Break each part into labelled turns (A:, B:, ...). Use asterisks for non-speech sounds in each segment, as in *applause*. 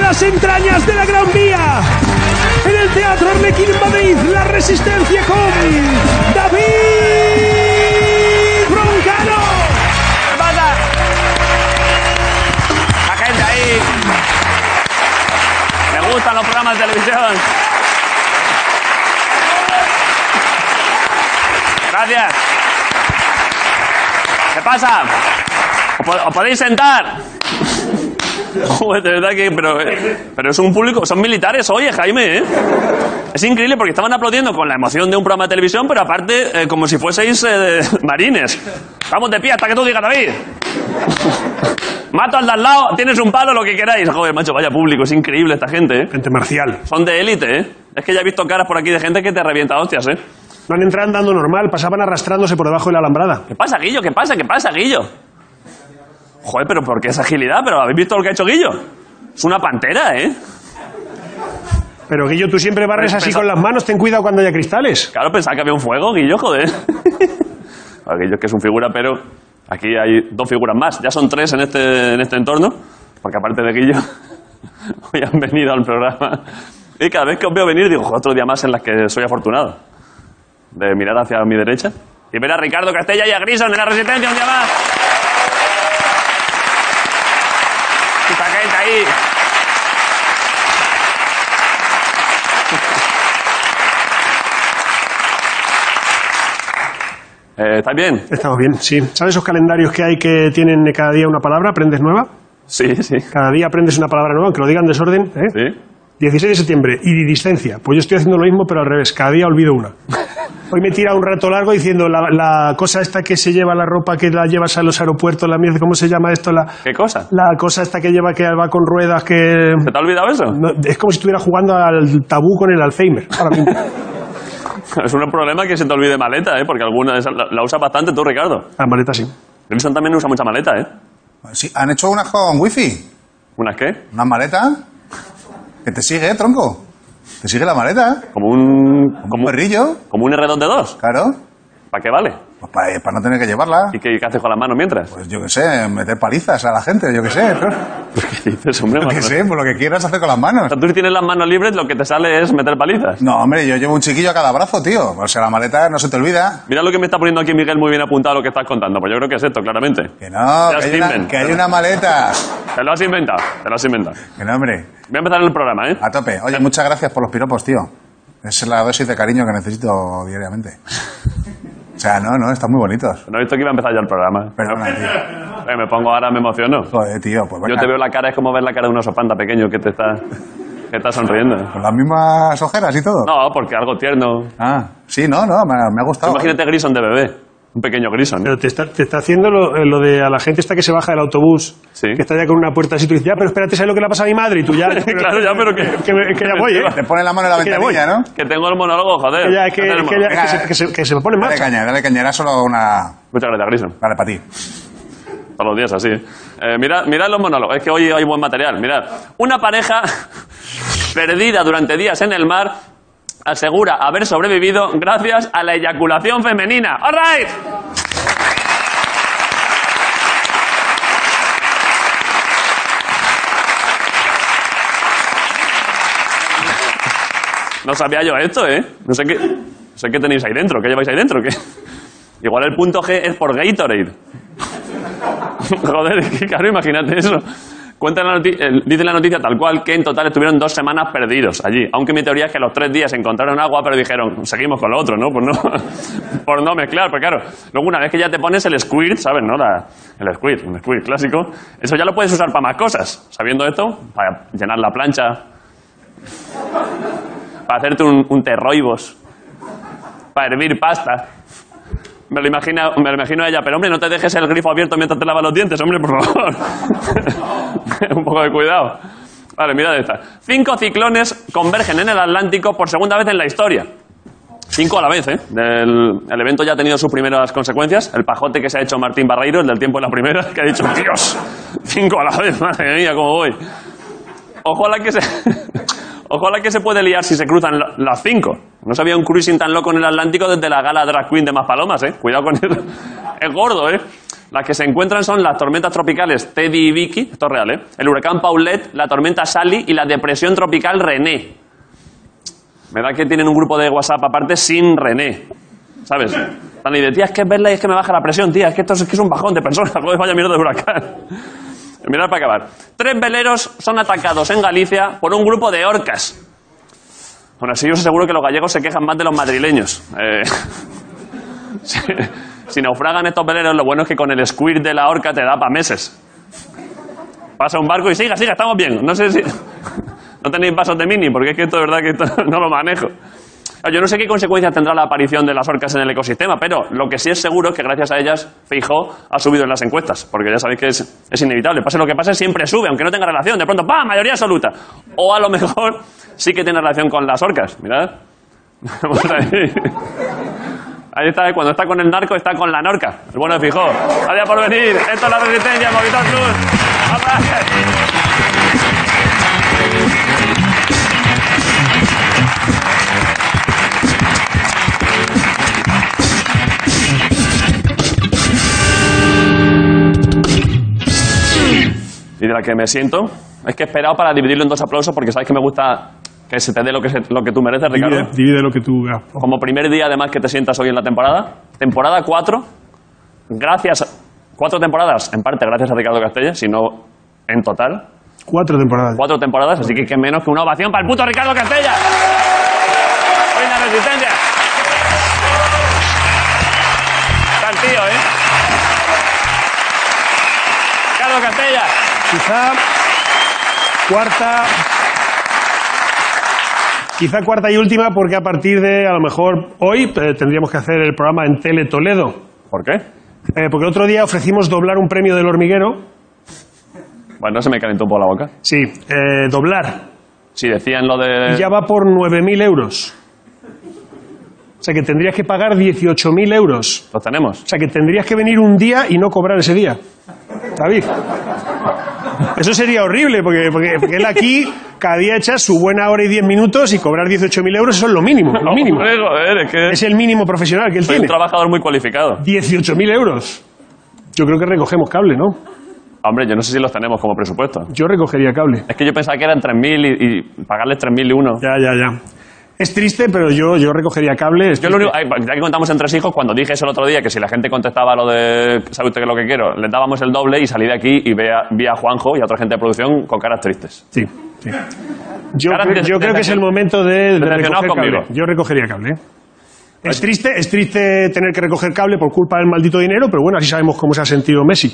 A: las entrañas de la Gran Vía. En el Teatro Arlequín Madrid, la resistencia con David Broncano.
B: ¿Qué pasa? La gente ahí. Me gustan los programas de televisión. Gracias. ¿Qué pasa? ¿Os, po- os podéis sentar? *laughs* Joder, de verdad que... Pero, eh, pero es un público... Son militares, oye, Jaime, ¿eh? Es increíble porque estaban aplaudiendo con la emoción de un programa de televisión, pero aparte eh, como si fueseis eh, *laughs* marines. Vamos de pie hasta que tú digas, David. Mato al de al lado, tienes un palo, lo que queráis. Joder, macho, vaya público, es increíble esta gente, ¿eh?
C: Gente marcial.
B: Son de élite, ¿eh? Es que ya he visto caras por aquí de gente que te revienta hostias, ¿eh?
C: No han entrado andando normal, pasaban arrastrándose por debajo de la alambrada.
B: ¿Qué pasa, Guillo? ¿Qué pasa? ¿Qué pasa, Guillo? Joder, pero ¿por qué esa agilidad? ¿Pero habéis visto lo que ha hecho Guillo? Es una pantera, ¿eh?
C: Pero Guillo, tú siempre barres
B: Pero-
C: así
B: pero-
C: con las manos, ten cuidado cuando haya cristales.
B: Claro, pensaba que había un fuego, Guillo, joder. A ver, Guillo es que es un figura, pero aquí hay dos figuras más. Ya son tres en este, en este entorno, porque aparte de Guillo, *laughs* hoy han venido al programa. Y cada vez que os veo venir, digo, "Joder, otro día más en las que soy afortunado. De mirar hacia mi derecha y ver a Ricardo Castella y a Grison en la Resistencia un día más. Y esta gente ahí. Eh, ¿Estáis bien?
C: Estamos bien, sí. ¿Sabes esos calendarios que hay que tienen de cada día una palabra? ¿Aprendes nueva?
B: Sí, sí.
C: Cada día aprendes una palabra nueva, aunque lo digan en desorden. ¿eh?
B: Sí.
C: 16 de septiembre, iridiscencia. Pues yo estoy haciendo lo mismo, pero al revés. Cada día olvido
B: *laughs*
C: una. Hoy me he tirado un rato largo diciendo la, la cosa esta que se lleva, la ropa que la llevas a los aeropuertos, la mierda, ¿cómo se llama esto? La,
B: ¿Qué cosa?
C: la cosa esta que lleva que va con ruedas, que...
B: ¿Se te ha olvidado eso?
C: no, es como si estuviera jugando al tabú con
B: *laughs*
C: el Alzheimer. Ahora mismo.
B: Es un problema que se te olvide maleta, ¿eh? Porque alguna de esas la, la usas bastante tú, Ricardo.
C: La maleta sí.
B: Grissom también usa mucha maleta, ¿eh?
D: Sí, han hecho unas con wifi,
B: ¿Unas qué?
D: unas maletas. Que te sigue, tronco. Te sigue la maleta, ¿eh?
B: Como un...
D: Un
B: Como,
D: perrillo,
B: como un R2-D2.
D: claro.
B: ¿Para qué vale?
D: Pues para, para no tener que llevarla.
B: ¿Y qué, qué haces con las manos mientras? *laughs*
D: Pues yo qué sé, meter palizas a la gente, yo qué sé. ¿no?
B: ¿Qué Pues dices, hombre?
D: Yo qué
B: Manuel?
D: sé, por lo que quieras hacer con las manos.
B: O sea, tú si tienes las manos libres, lo que te sale es meter palizas.
D: No, hombre, yo llevo un chiquillo a cada brazo, tío. O sea, la maleta no se te olvida.
B: Mira lo que me está poniendo aquí Miguel muy bien apuntado lo que estás contando. Pues yo creo que es esto, claramente.
D: Que no,
B: Ya
D: que hay,
B: Steven.
D: una, que hay una maleta.
B: Te lo has inventado, te lo has inventado.
D: Que no, hombre.
B: Voy a empezar el programa, ¿eh?
D: A tope. Oye, muchas gracias por los piropos, tío. Esa es la dosis de cariño que necesito diariamente. O sea, no, no, están muy bonitos.
B: No he visto que iba a empezar ya el programa.
D: Perdona, tío.
B: Eh, me pongo ahora, me emociono.
D: Joder, tío, pues venga.
B: Yo te veo la cara, es como ver la cara de un oso panda pequeño que te está, que está sonriendo.
D: Con las mismas ojeras y todo.
B: No, porque algo tierno.
D: Ah, sí, no, no, me ha, me ha gustado.
B: Imagínate Grison de bebé. Un pequeño Grison.
C: Pero te está, te está haciendo lo, eh, lo de a la gente esta que se baja del autobús,
B: Sí.
C: que está ya con una puerta así, tú dices, ya, pero espérate, ¿sabes lo que le ha pasado a mi madre? Y
B: *laughs*
C: tú ya...
B: Claro, ya, pues, pero que-
C: Que, me- que ya
B: *laughs*
C: voy, ¿eh?
D: Te pone la mano en la
C: Es que ya voy.
D: ventanilla, ¿no?
B: Que tengo el monólogo, joder.
C: Que ya, que,
B: Haz el
C: que
B: monólogo.
C: ya- que se, que, se, que se me pone en
D: Dale
C: marcha.
D: caña, dale caña, era solo una...
B: Muchas gracias, Grison.
D: Vale, para ti.
B: Todos los días así. ¿eh? Eh, mirad, mirad los monólogos. Es que hoy hay buen material. Mirad. Una pareja *laughs* perdida durante días en el mar asegura haber sobrevivido gracias a la eyaculación femenina. ¡All right! No sabía yo esto, ¿eh? No sé qué, no sé qué tenéis ahí dentro, qué lleváis ahí dentro. ¿qué? Igual el punto G es por Gatorade. *laughs* Joder, es que claro, imagínate eso. Cuenta la noti- eh, dice la noticia tal cual que en total estuvieron dos semanas perdidos allí. Aunque mi teoría es que los tres días encontraron agua, pero dijeron, seguimos con lo otro, ¿no? *laughs* Por no, por no mezclar, pero claro. Luego, una vez que ya te pones el squirt, ¿sabes? ¿No? La- el squirt, un squirt clásico. Eso ya lo puedes usar para más cosas. Sabiendo esto, para llenar la plancha, *laughs* para hacerte un, un té roibos, para hervir pasta. Me lo, imagina, me lo imagino a ella, pero hombre, no te dejes el grifo abierto mientras te lavas los dientes, hombre, por favor. *laughs* Un poco de cuidado. Vale, mirad esta. Cinco ciclones convergen en el Atlántico por segunda vez en la historia. Cinco a la vez, ¿eh? El, el evento ya ha tenido sus primeras consecuencias. El pajote que se ha hecho Martín Barreiro, el del tiempo en la primera, *laughs* que ha dicho, Dios, cinco a la vez, madre mía, cómo voy. Ojalá que se... *laughs* Ojalá que se puede liar si se cruzan la- las cinco. No sabía un cruising tan loco en el Atlántico desde la gala Drag Queen de Más Palomas, ¿eh? Cuidado con eso. *laughs* Es gordo, ¿eh? Las que se encuentran son las tormentas tropicales Teddy y Vicky, esto es real, ¿eh? El huracán Paulette, la tormenta Sally y la depresión tropical René. Me da que tienen un grupo de WhatsApp aparte sin René. ¿Sabes? Están ahí de, tía, es que es verla y es que me baja la presión, tía, es que esto es, es que es un bajón de personas, *laughs* joder, vaya mierda de huracán. Mirad para acabar. Tres veleros son atacados en Galicia por un grupo de orcas. Bueno, así yo os aseguro que los gallegos se quejan más de los madrileños. Eh, *laughs* si, si naufragan estos veleros, lo bueno es que con el squirt de la orca te da para meses. Pasa un barco y siga, siga, estamos bien. No sé si. No tenéis vasos de mini, porque es que esto de verdad que esto *laughs* no lo manejo. Claro, Yo no sé qué consecuencias tendrá la aparición de las orcas en el ecosistema, pero lo que sí es seguro es que gracias a ellas Feijó ha subido en las encuestas, porque ya sabéis que es, es inevitable. Pase lo que pase, siempre sube, aunque no tenga relación. De pronto, ¡pam! Mayoría absoluta. O a lo mejor *laughs* sí que tiene relación con las orcas. Mirad. *laughs* Vamos Pues ahí. Ahí está, cuando está con el narco, está con la norca. El bueno de Fijó. Gracias por venir. Esto es La Resistencia, Movistar Plus. ¡Aplausos! y de la que me siento. Es que he esperado para dividirlo en dos aplausos porque sabes que me gusta que se te dé lo que, se- lo que tú mereces, Ricardo.
C: Divide, divide lo que tú veas.
B: Como primer día, además, que te sientas hoy en la temporada. Temporada 4, gracias. a- Cuatro temporadas, en parte gracias a Ricardo Castella, si no en total.
C: Cuatro temporadas.
B: Cuatro temporadas, así que qué menos que una ovación para el puto Ricardo Castella. Hoy en la Resistencia. Está el tío, ¿eh? Ricardo Castella.
C: Quizá cuarta. Quizá cuarta y última, porque a partir de, a lo mejor, hoy eh, tendríamos que hacer el programa en Tele Toledo.
B: ¿Por qué?
C: Eh, porque el otro día ofrecimos doblar un premio del hormiguero.
B: Bueno, se me calentó un poco la boca.
C: Sí, eh, doblar.
B: Si decían lo de...
C: Ya va por 9.000 euros. O sea que tendrías que pagar 18.000 euros.
B: Los tenemos.
C: O sea que tendrías que venir un día y no cobrar ese día. David. Eso sería horrible, porque, porque, porque él aquí cada día echa su buena hora y 10 minutos y cobrar 18.000 euros eso es lo mínimo, lo mínimo.
B: Hombre, joder, es que
C: Es el mínimo profesional que él
B: soy un
C: tiene.
B: trabajador muy cualificado.
C: 18.000 euros. Yo creo que recogemos cable, ¿no?
B: Hombre, yo no sé si los tenemos como presupuesto.
C: Yo recogería cable.
B: Es que yo pensaba que eran 3.000 y, y pagarles 3.000 y uno.
C: Ya, ya, ya. Es triste, pero yo, yo recogería cable. es
B: Yo lo
C: triste.
B: único, ay, ya que contamos entre hijos, cuando dije eso el otro día, que si la gente contestaba lo de sabe usted que es lo que quiero, les dábamos el doble y salí de aquí y ve a- vi a Juanjo y a otra gente de producción con caras tristes. *laughs*
C: Sí, sí. Yo,
B: Ahora
C: cre-
B: des-
C: yo creo que es el
B: decepcion-
C: momento de, de
B: decepcionados
C: recoger cable.
B: conmigo. Pues
C: Yo recogería cable. ¿eh? Es triste, es triste tener que recoger cable por culpa del maldito dinero, pero bueno, así sabemos cómo se ha sentido Messi.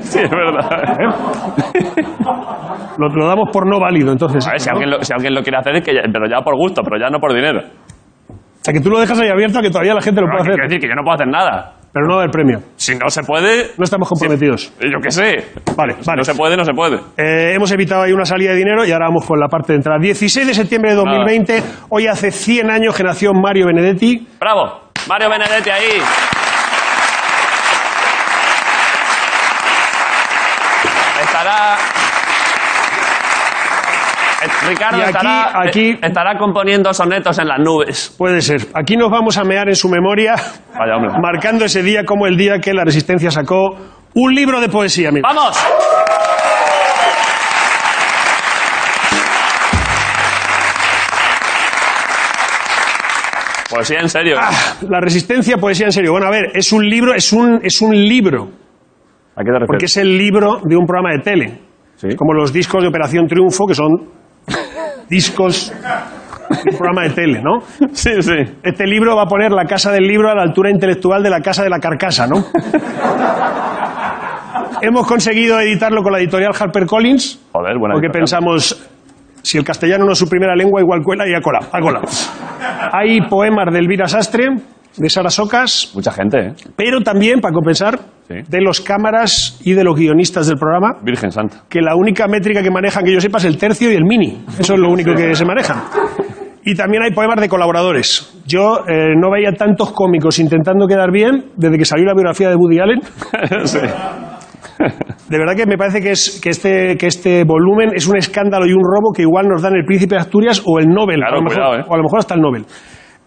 B: sí, es verdad.
C: ¿eh? lo, lo damos por no válido, entonces.
B: A ver, si
C: ¿no?
B: alguien, lo, si alguien lo quiere hacer, es que ya- pero ya por gusto, pero ya no por dinero.
C: O sea, que tú lo dejas ahí abierto a que todavía la gente lo
B: Pero que-
C: puede
B: quiero
C: hacer,
B: decir que yo no puedo hacer nada.
C: pero no va a haber premio.
B: Si no se puede,
C: No estamos comprometidos.
B: yo qué sé.
C: Vale,
B: Si
C: vale.
B: no se puede, no se puede.
C: Eh, hemos evitado ahí una salida de dinero y ahora vamos con la parte de entrada. 16 de septiembre de 2020, hoy hace 100 años que nació Mario Benedetti.
B: ¡Bravo! Mario Benedetti ahí. Estará. Eh, Ricardo
C: Y aquí-
B: estará, eh,
C: aquí-
B: estará componiendo sonetos en las nubes.
C: Puede ser. Aquí nos vamos a mear en su memoria, *laughs*
B: Vaya, hombre.
C: marcando ese día como el día que la Resistencia sacó un libro de poesía. mira.
B: ¡Vamos! Pues sí, en serio.
C: Ah, la Resistencia, poesía en serio. Bueno, a ver, es un libro, es un, es un libro,
B: ¿A qué te refieres?
C: porque es el libro de un programa de tele.
B: Sí.
C: Es Como los discos de Operación Triunfo, que son discos de un programa de tele, ¿no?
B: Sí, sí.
C: Este libro va a poner la casa del libro a la altura intelectual de la casa de la carcasa,
B: *laughs*
C: ¿no? Hemos conseguido editarlo con la editorial HarperCollins.
B: Joder, buena
C: Porque
B: editorial.
C: pensamos, si el castellano no es su primera lengua, igual cuela y a cola. a cola. Hay poemas de Elvira Sastre, de Sara Socas,
B: Mucha gente, ¿eh?
C: pero también, para compensar,
B: Sí.
C: de los cámaras y de los guionistas del programa,
B: Virgen Santa. *laughs*
C: que la única métrica que manejan, que yo sepa, es el tercio y el mini. Eso es lo único que se maneja. Y también hay poemas de colaboradores. Yo eh, no veía tantos cómicos intentando quedar bien desde que salió la biografía de Woody Allen.
B: sí.
C: De verdad que me parece que, es, que, este, que este volumen es un escándalo y un robo que igual nos dan el Príncipe de Asturias o el Nobel.
B: Claro,
C: a lo mejor,
B: cuidado, ¿eh?
C: O a lo mejor hasta el Nobel.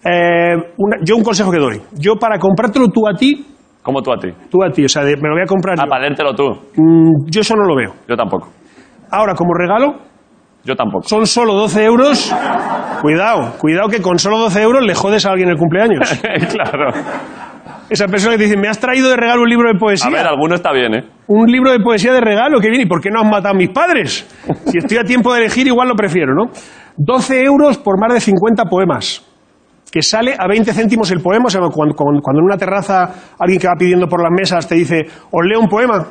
C: Eh, una- yo un consejo que doy. Yo para comprártelo tú a ti,
B: ¿Cómo tú a ti?
C: Tú a ti, o sea, de, me lo voy a comprar
B: Ah,
C: yo.
B: para dértelo tú.
C: Mm, yo eso no lo veo.
B: Yo tampoco.
C: Ahora, como regalo,
B: Yo tampoco.
C: son solo 12 euros. Cuidado, cuidado que con solo 12 euros le jodes a alguien el
B: *laughs*
C: cumpleaños.
B: *laughs* claro.
C: Esa persona que te dice, me has traído de regalo un libro de
B: A
C: poesía.
B: ver, alguno está bien, ¿eh?
C: Un libro de poesía de regalo, qué bien. ¿Y por qué no has matado a mis padres? Si estoy a tiempo de elegir, igual lo prefiero, ¿no? 12 euros por más de 50 poemas. Que sale a 20 céntimos el poema. O sea, cuando, cuando- cuando en una terraza alguien que va pidiendo por las mesas te dice, os leo un poema.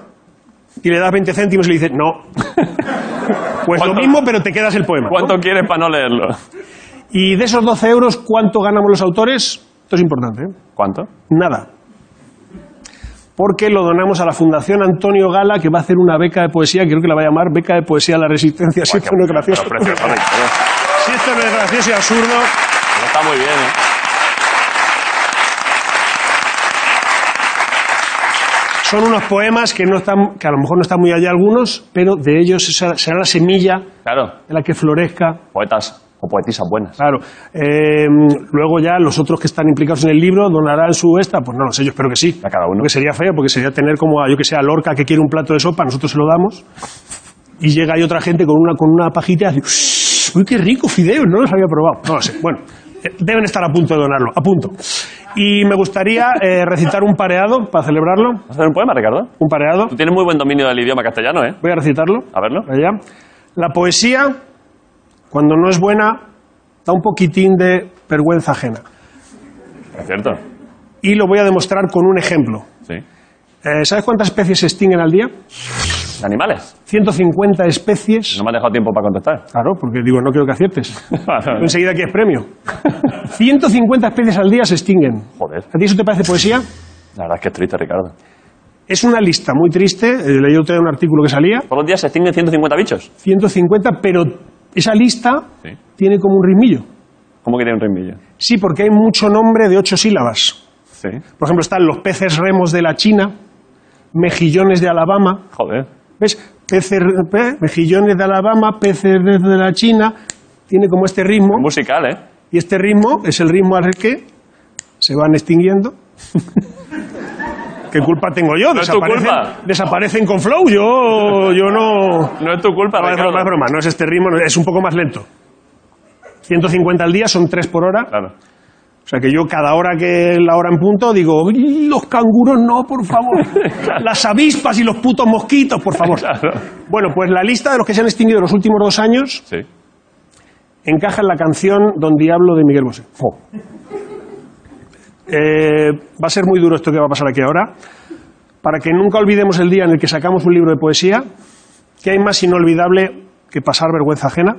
C: Y le das 20 céntimos y le dices, no.
B: *laughs*
C: Pues lo
B: ¿Cuánto-
C: mismo, pero te quedas el poema. ¿no?
B: ¿Cuánto quieres para no leerlo?
C: Y de esos 12 euros, ¿cuánto ganamos los autores? Esto es importante, ¿eh?
B: ¿Cuánto?
C: Nada. Porque lo donamos a la Fundación Antonio Gala, que va a hacer una beca de poesía, que creo que la va a llamar Beca de Poesía a la Resistencia. Si esto no es gracioso.
B: Pero precioso, de historia.
C: *laughs* Si esto no es gracioso y absurdo.
B: Pero está muy bien, ¿eh?
C: Son unos poemas que, no están, que a lo mejor no están muy allá algunos, pero de ellos esa será la semilla
B: Claro.
C: de la que florezca.
B: Poetas o poetisas buenas.
C: Claro. Eh, luego ya los otros que están implicados en el libro donarán su esta. Pues no lo sé, yo espero que sí.
B: A cada uno.
C: Porque sería feo, porque sería tener como, a, yo que sé, a Lorca que quiere un plato de sopa, nosotros se lo damos. Y llega ahí otra gente con una, con una pajita y hace, uy, qué rico fideos, no los había probado. No lo sé. Bueno, eh, deben estar a punto de donarlo, a punto. Y me gustaría eh, recitar un pareado para celebrarlo.
B: ¿Vas a hacer un poema, Ricardo?
C: Un pareado.
B: Tú tienes muy buen dominio del idioma castellano, ¿eh?
C: Voy a recitarlo.
B: A verlo.
C: Allá. La poesía, cuando no es buena, da un poquitín de vergüenza ajena.
B: Es cierto.
C: Y lo voy a demostrar con un ejemplo.
B: Sí.
C: Eh, ¿Sabes cuántas especies se extinguen al día?
B: ¿De animales?
C: 150 especies.
B: No me has dejado tiempo para contestar. *laughs*
C: Claro, porque digo, no quiero que aciertes.
B: Vale.
C: Enseguida aquí es premio. 150 especies al día se extinguen.
B: Joder.
C: ¿A ti eso te parece poesía?
B: La verdad es que es triste, Ricardo.
C: Es una lista muy triste. Eh, Leí otro día un artículo que salía.
B: Por los días se extinguen 150 bichos.
C: 150, pero esa lista
B: Sí.
C: tiene como un ritmillo.
B: ¿Cómo que tiene un rimillo?
C: Sí, porque hay mucho nombre de ocho sílabas.
B: Sí.
C: Por ejemplo, están los peces remos de la China, mejillones de Alabama,
B: Joder.
C: ¿ves? Peces, pe- mejillones de Alabama, peces de de la China, tiene como este ritmo,
B: Musical, ¿eh?
C: y este ritmo es el ritmo al que se van extinguiendo. *laughs* ¿Qué culpa tengo yo?
B: No es tu
C: Desaparecen-
B: culpa.
C: Desaparecen con flow, yo, yo no...
B: No es tu culpa,
C: No es
B: Ricardo.
C: broma, es broma, no es este ritmo, no- es un poco más lento. 150 al día, son 3 por hora.
B: Claro.
C: O sea que yo cada hora que la hora en punto digo, "Uy, los canguros no, por favor. Las avispas y los putos mosquitos, por favor.
B: Claro.
C: Bueno, pues la lista de los que se han extinguido en los últimos dos años
B: Sí.
C: encaja en la canción Don Diablo de Miguel Bosé. Eh, va a ser muy duro esto que va a pasar aquí ahora. Para que nunca olvidemos el día en el que sacamos un libro de poesía, que hay más inolvidable que pasar vergüenza ajena.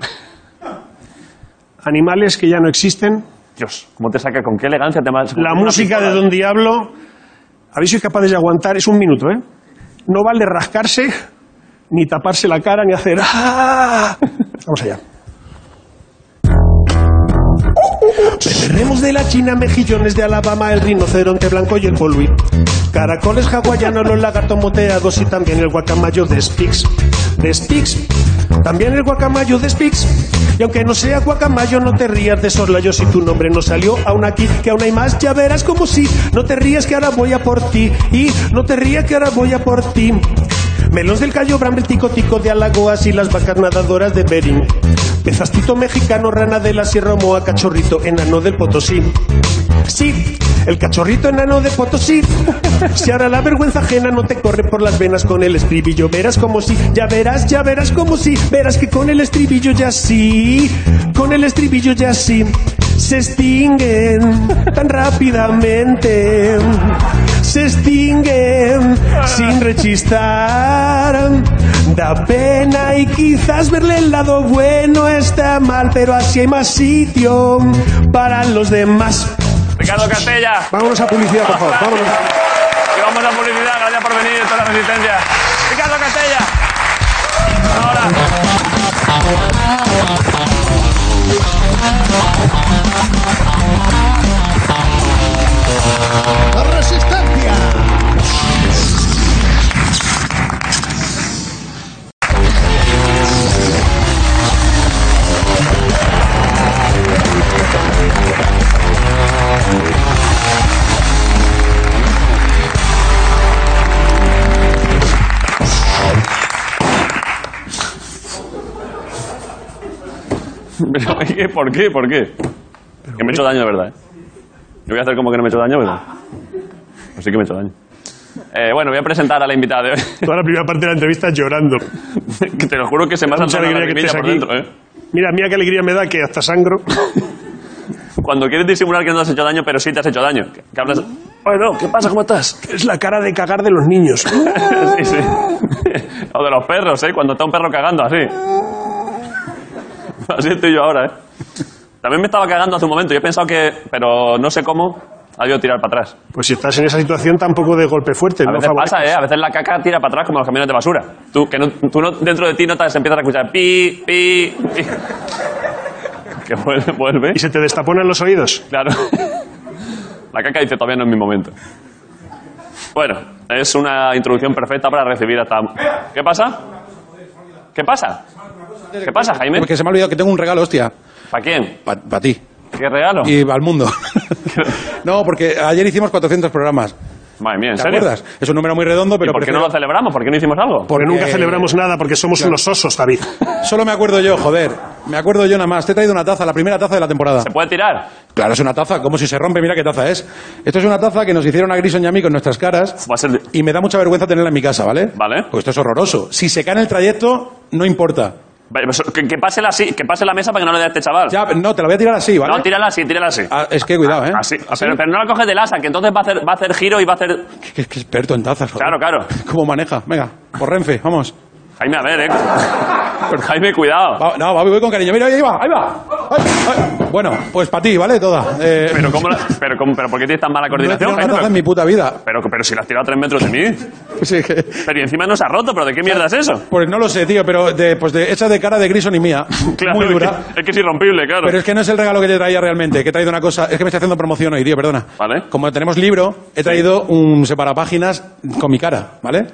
C: Animales que ya no existen,
B: Dios, ¿cómo te saca? ¿Con qué elegancia te vas?
C: La
B: Una
C: música de
B: pistola.
C: Don Diablo, habéis sido capaces de aguantar, es un minuto, ¿eh? No vale rascarse, ni taparse la cara, ni hacer... ¡Ah! Vamos allá. Pecerremos de la China, mejillones de Alabama, el rinoceronte blanco y el colui. Caracoles hawaianos, los lagartos moteados y también el guacamayo de Spix. De Spix. También el guacamayo de Spix. Y aunque no sea guacamayo, no te rías de soslayo si tu nombre no salió aún aquí, que aún hay más, ya verás como si. No te rías que ahora voy a por ti. Y no te rías que ahora voy a por ti. Melón del Cayo Bramble, tico tico de Alagoas y las vacas nadadoras de Bering. Pezastito mexicano, rana de la Sierra Moa, cachorrito enano del Potosí. Sí, el cachorrito enano de Potosí. Si ahora la vergüenza ajena no te corre por las venas con el estribillo, verás como si, ya verás, ya verás como si, verás que con el estribillo ya sí, con el estribillo ya sí, se extinguen tan rápidamente, se extinguen sin rechistar. Da pena y quizás verle el lado bueno está mal, pero así hay más sitio para los demás.
B: Ricardo Castella.
C: Vámonos a publicidad, por favor. Vámonos.
B: Y vamos a publicidad. Gracias por venir, toda la resistencia. Ricardo Castella. Ahora. *laughs* Pero, ¿qué? ¿Por qué? ¿Por qué? Que me he hecho daño de verdad, ¿eh? Yo voy a hacer como que no me he hecho daño, ¿verdad? Pues sí que me he hecho daño. Eh, bueno, voy a presentar a la invitada de hoy. *laughs*
C: Toda la primera parte de la entrevista llorando.
B: que te lo juro que se me ha
C: Mucha
B: saltado la
C: alegría
B: lagrimilla
C: que estés
B: por
C: aquí.
B: dentro, ¿eh?
C: Mira, mira qué alegría me da que hasta sangro.
B: Cuando quieres disimular que no te has hecho daño, pero sí te has hecho daño. Que, que hablas...
C: Bueno, ¿qué pasa? ¿Cómo estás? Es la cara de cagar de los niños.
B: sí, *laughs* sí. O de los perros, ¿eh? Cuando está un perro cagando, así. *laughs* Así estoy yo ahora, ¿eh? También me estaba cagando hace un momento. Yo he pensado que... Pero no sé cómo. Ha debido tirar para atrás.
C: Pues si estás en esa situación, tampoco de golpe fuerte.
B: A
C: no
B: veces
C: favorece.
B: pasa, ¿eh? A veces la caca tira para atrás como los camiones de basura. Tú, que no, tú no- dentro de ti notas, empiezas a escuchar pi, pi, pi. *laughs* Que vuelve, vuelve.
C: Y se te destaponan los oídos.
B: Claro. La caca dice, todavía no es mi momento. Bueno, es una introducción perfecta para recibir a Tam. ¿Qué pasa? ¿Qué pasa? ¿Qué pasa, Jaime?
E: Porque se me ha olvidado que tengo un regalo, hostia.
B: ¿Para quién?
E: Para ti.
B: ¿Qué regalo?
E: Y
B: *laughs*
E: al mundo. *laughs* no, porque ayer hicimos 400 programas.
B: Madre mía, ¿en
E: ¿Te
B: serio?
E: acuerdas? Es un número muy redondo,
B: ¿Y
E: pero
B: por qué no
E: prefiero-
B: lo celebramos? ¿Por qué no hicimos algo?
C: Porque
E: Porque-
C: nunca celebramos nada, porque somos unos osos, David.
E: Solo me acuerdo yo, joder. Me acuerdo yo nada más. Te he traído una taza, la primera taza de la temporada.
B: ¿Se puede tirar?
E: Claro, es una taza. Como si se rompe, mira qué taza es. Esto es una taza que nos hicieron a Grison y a mí con nuestras caras.
B: Va a ser...
E: Y me da mucha vergüenza tenerla en mi casa, ¿vale?
B: Vale.
E: Porque esto es horroroso. Si se cae en el trayecto, no importa.
B: Vale, pues Que, que pase la, si- que pase la mesa para que no le dé a este chaval.
E: Ya, no, te la voy a tirar así, ¿vale?
B: No, tírala así, tírala así.
E: Ah, es que cuidado, ¿eh?
B: Así. Pero, pero no la coges del asa, que entonces va a hacer, va a hacer giro y va a hacer...
E: Que, que experto en tazas, joder.
B: Claro, claro.
E: ¿Cómo maneja? Venga, por Renfe, vamos.
B: Jaime, a ver, eh.
E: *laughs*
B: Jaime, cuidado.
E: Va- no, va, voy con cariño. Mira, ahí va, ahí va. Ay, ay. Bueno, pues para ti, ¿vale? Toda. Eh,
B: Pero, ¿cómo la- pero, cómo- pero ¿por qué tienes tan mala
E: no he tirado
B: coordinación,
E: una
B: Jaime?
E: taza en mi puta vida.
B: Pero, pero si la has tirado a tres metros de mí.
E: Pues, eh, que-
B: Pero y encima no se ha roto, pero ¿de qué mierda es eso?
E: pues no lo sé, tío, pero de, pues de, hecha de cara de Grison y mía.
B: *laughs* Claro,
E: Muy
B: es que-
E: dura.
B: Es, que, es irrompible, claro.
E: Pero es que no es el regalo que te traía realmente, que he traído una cosa. Es que me estoy haciendo promoción hoy, tío, perdona.
B: Vale.
E: Como tenemos libro, he traído un separapáginas con mi cara, ¿vale?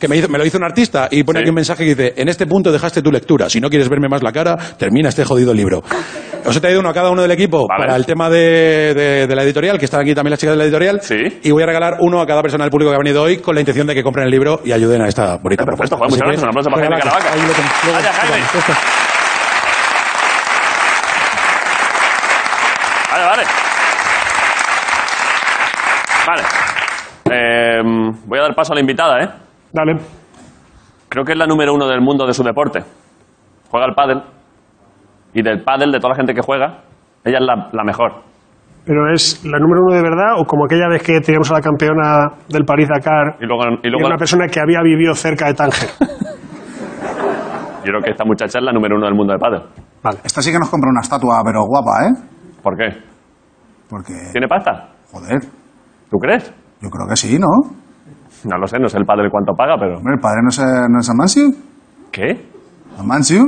E: Que me, hizo- me lo hizo un artista y pone
B: Sí.
E: aquí un mensaje que dice: En este punto dejaste tu lectura. Si no quieres verme más la cara, termina este
B: *laughs*
E: jodido libro. Os he traído uno a cada uno del equipo
B: Vale.
E: para el tema de, de- de la editorial, que están aquí también las chicas de la editorial.
B: Sí.
E: Y voy a regalar uno a cada persona del público que ha venido hoy con la intención de que compren el libro y ayuden a esta bonita
B: perfecto,
E: propuesta.
B: Eh, joder, muchas gracias.
E: Así que,
B: Un aplauso para Jaime
E: regalad.
B: Caravaca.
E: Ahí lo tenéis. Luego-
B: Gracias, Jaime. Vale, vale. Vale. Eh, voy a dar paso a la invitada, ¿eh?
C: Dale.
B: Creo que es la número uno del mundo de su deporte. Juega al pádel. Y del pádel, de toda la gente que juega, ella es la, la mejor.
C: Pero es la número uno de verdad, o como aquella vez que teníamos a la campeona del París Dakar,
B: Y luego, y
C: y
B: luego
C: era una persona que había vivido cerca de Tánger.
B: yo creo que esta muchacha es la número uno del mundo de pádel.
C: Vale.
D: Esta sí que nos compra una estatua, pero guapa, ¿eh?
B: ¿Por qué?
D: Porque,
B: ¿Tiene pasta?
D: joder,
B: ¿Tú crees?
D: yo creo que sí, ¿no?
B: No lo sé, no sé el padre cuánto paga, pero...
D: Hombre, el padre no es, eh, no es Amancio.
B: ¿Qué?
D: Amancio.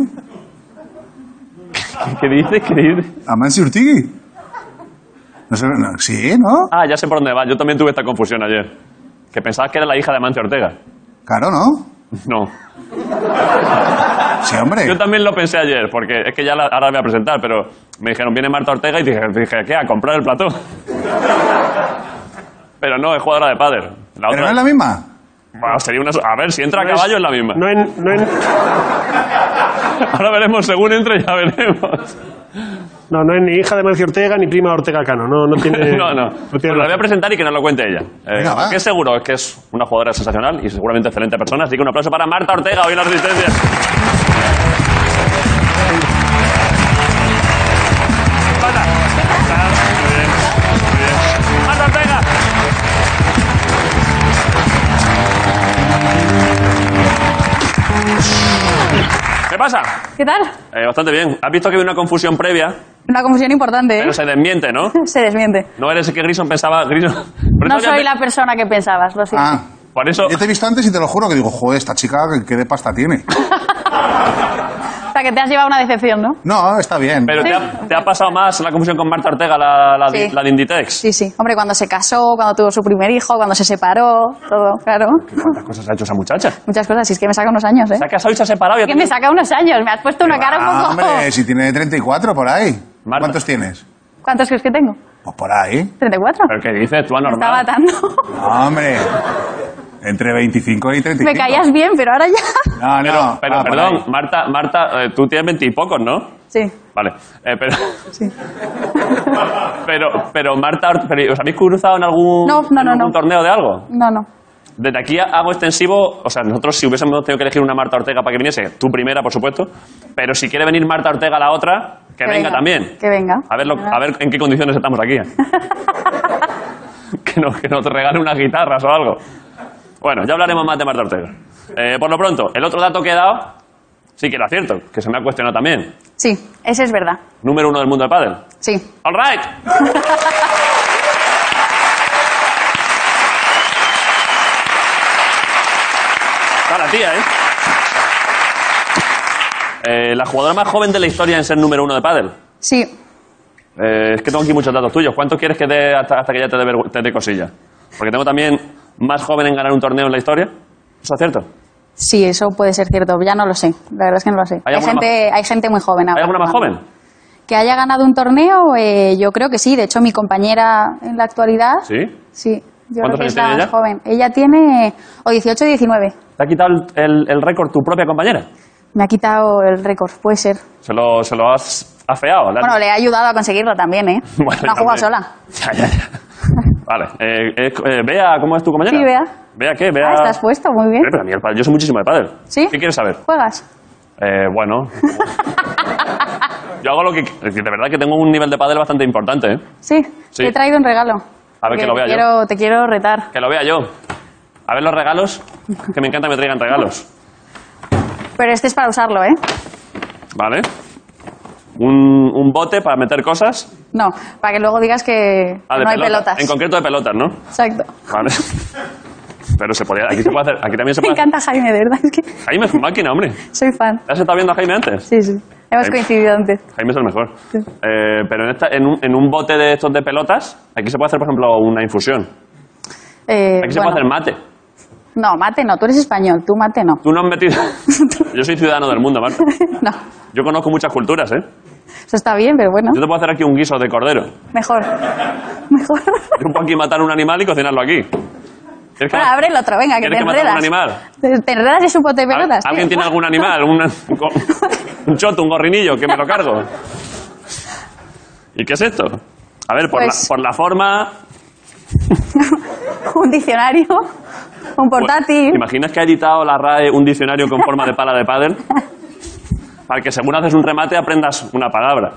B: ¿Qué dices? ¿Qué dices?
D: Amancio Urtigui. No sé, no- sí, ¿no?
B: Ah, ya sé por dónde va. Yo también tuve esta confusión ayer. Que pensabas que era la hija de Amancio Ortega.
D: Claro, ¿no?
B: No.
D: Sí, hombre.
B: Yo también lo pensé ayer, porque es que ya la- ahora la voy a presentar, pero me dijeron, viene Marta Ortega y dije, dije ¿qué? ¿A comprar el plató? pero no, es jugadora de pádel. La
D: Pero
B: otra-
D: no es la misma.
B: Bueno, sería una... so- A ver, si entra
C: No
B: a
C: es-
B: caballo es la misma.
C: No en, no, en,
B: Ahora veremos, según entre ya veremos.
C: no, no es ni hija de Mancio Ortega ni prima de Ortega Cano. No, no tiene.
B: *laughs* no, no. Pues
C: tiene
B: la voy a
C: razón.
B: presentar y que nos lo cuente ella. Eh,
D: Venga, va.
B: lo que es seguro es que es una jugadora sensacional y seguramente excelente persona. Así que un aplauso para Marta Ortega hoy en la Resistencia. Marta. Muy bien, muy bien. Marta Ortega. ¿Qué pasa?
F: ¿Qué tal?
B: Eh, bastante bien. ¿Has visto que había una confusión previa?
F: Una confusión importante, ¿eh?
B: Pero se desmiente, ¿no?
F: Se desmiente.
B: No eres el que Grison pensaba. Grison. *laughs* Por eso
F: No
B: que
F: soy
B: antes-
F: la persona que pensabas, lo siento.
D: Ah.
B: Por eso.
D: Yo te he visto antes y te lo juro que digo, joder, esta chica, ¿qué de pasta tiene?
F: O sea, que te has llevado una decepción, ¿no?
D: No, está bien.
B: Pero te ha, te ha pasado más la confusión con Marta Ortega, la, la, di-
F: Sí.
B: la de Inditex.
F: Sí, sí. Hombre, cuando se casó, cuando tuvo su primer hijo, cuando se separó, todo, claro.
B: ¿Cuántas cosas ha hecho esa muchacha?
F: Muchas cosas, si es que me saca unos años, ¿eh?
B: Se ha casado y se ha separado. y ha
F: Es que ¿Eh? me
B: tenido-
F: saca unos años, me has puesto una cara un
D: Ah,
F: poco...
D: hombre, si tiene 34 por ahí.
B: Marta.
D: ¿Cuántos tienes?
F: ¿Cuántos crees que tengo?
D: Pues por ahí.
F: ¿34?
B: ¿Pero qué dices? Tú
F: Me
B: *laughs*
F: estaba
B: anormal.
F: atando.
D: No, hombre. Entre 25 y 35.
F: Me caías bien, pero ahora
B: *laughs*
F: ya.
D: No, no.
B: Pero
D: va por
B: perdón,
D: ahí.
B: Marta, Marta, eh, tú tienes veintipocos, ¿no?
F: Sí.
B: Vale, eh, pero... *laughs* pero, pero Marta, Ort- pero, ¿os habéis cruzado en algún,
F: No, no,
B: en
F: no,
B: algún
F: no.
B: torneo de algo?
F: No, no.
B: Desde aquí hago extensivo, o sea, nosotros si hubiésemos tenido que elegir una Marta Ortega para que viniese, tú primera, por supuesto, pero si quiere venir Marta Ortega la otra, que, venga, también.
F: Que venga.
B: A ver, lo- a ver en qué condiciones estamos *laughs* aquí. que, nos, que nos regale unas guitarras o algo. Bueno, ya hablaremos más de Marta Ortega. Eh, por lo pronto, el otro dato que he dado, sí que era cierto, que se me ha cuestionado también.
F: Sí, ese es verdad.
B: Número uno del mundo del pádel.
F: Sí. *laughs*
B: All right. Está la tía, ¿eh? Eh, La jugadora más joven de la historia en ser número uno de pádel.
F: Sí.
B: Eh, es que tengo aquí muchos datos tuyos. ¿Cuántos quieres que dé hasta, hasta que ya te dé vergü- te dé cosilla? Porque tengo también más joven en ganar un torneo en la historia. ¿Eso es cierto?
F: Sí, eso puede ser cierto. Ya no lo sé. La verdad es que no lo sé.
B: ¿Hay
F: Hay,
B: alguna
F: gente, hay gente muy joven ahora.
B: ¿Hay alguna más
F: ¿no?
B: joven?
F: Que haya ganado un torneo, eh, yo creo que sí. De hecho, mi compañera en la actualidad.
B: ¿Sí?
F: Sí. Yo creo
B: ¿Cuántos
F: que
B: años
F: es
B: tiene
F: la más
B: ella?
F: joven. Ella tiene o 18 o 19.
B: ¿Te ha quitado el, el- el récord tu propia compañera?
F: Me ha quitado el récord, puede ser.
B: ¿Se lo, se lo has afeado? ¿Le has-
F: Bueno, le ha ayudado a conseguirlo también, ¿eh?
B: *laughs* Bueno,
F: no ha jugado
B: también.
F: sola.
B: *laughs* Ya, ya, ya. Vale. Eh, eh, eh, Bea, ¿cómo es tu compañera?
F: Sí, Bea.
B: ¿Bea qué? Bea...
F: Ah, estás puesto, muy bien.
B: Eh, pero a mí el pádel- Yo soy muchísimo de pádel.
F: ¿Sí?
B: ¿Qué quieres saber?
F: ¿Juegas?
B: Eh,
F: *laughs*
B: bueno... Yo hago lo que... De verdad que tengo un nivel de pádel bastante importante, ¿eh?
F: Sí.
B: Sí.
F: Te he traído un regalo.
B: A ver, que
F: Porque
B: lo vea
F: te
B: yo.
F: quiero, Te quiero retar.
B: Que lo vea yo. A ver los regalos. Que me encanta que me traigan regalos.
F: Pero este es para usarlo, ¿eh?
B: ¿Vale? Un, un bote para meter cosas.
F: No, para que luego digas que
B: Ah, de
F: no hay
B: pelota.
F: pelotas.
B: En concreto de pelotas, ¿no?
F: Exacto.
B: Vale. *laughs* Pero se podía... Aquí, se puede hacer, aquí también se
F: Me
B: puede... hacer-
F: encanta Jaime, de verdad, es que
B: Jaime es un máquina, hombre. ¿Te
F: soy fan.
B: has estado viendo a Jaime antes?
F: Sí, sí. Hemos
B: Ahí.
F: coincidido antes.
B: Jaime es el mejor. Eh, pero en, esta, en, un, en un bote de estos de pelotas, aquí se puede hacer, por ejemplo, una infusión. Aquí
F: Eh,
B: se puede
F: bueno.
B: hacer mate.
F: No, mate no. Tú eres español, tú mate no. *laughs*
B: Tú no has metido. *laughs* Yo soy ciudadano del mundo, Marta.
F: no,
B: Yo conozco muchas culturas, ¿eh?
F: eso está bien, pero bueno.
B: Yo te puedo hacer aquí un guiso de cordero.
F: Mejor. *laughs* Mejor.
B: Yo puedo aquí matar un animal y cocinarlo aquí. ¿Quieres que,
F: Bueno, ábrelo otro, venga, que te
B: Ah. ¿Quieres que matemos
F: enredas.
B: un animal?
F: Te, te enredas y es un pote de
B: ¿Al-
F: pelotas. tío.
B: ¿Alguien tiene algún animal? Un, un co- un choto, un gorrinillo, que me lo cargo. ¿Y qué es esto? A ver, por,
F: Pues-
B: la, por la forma.
F: *laughs*
B: pues,
F: un diccionario,
B: Pues,
F: un portátil.
B: ¿Te imaginas que ha editado la RAE un diccionario con forma de pala de pádel? Para que según haces un remate aprendas una palabra.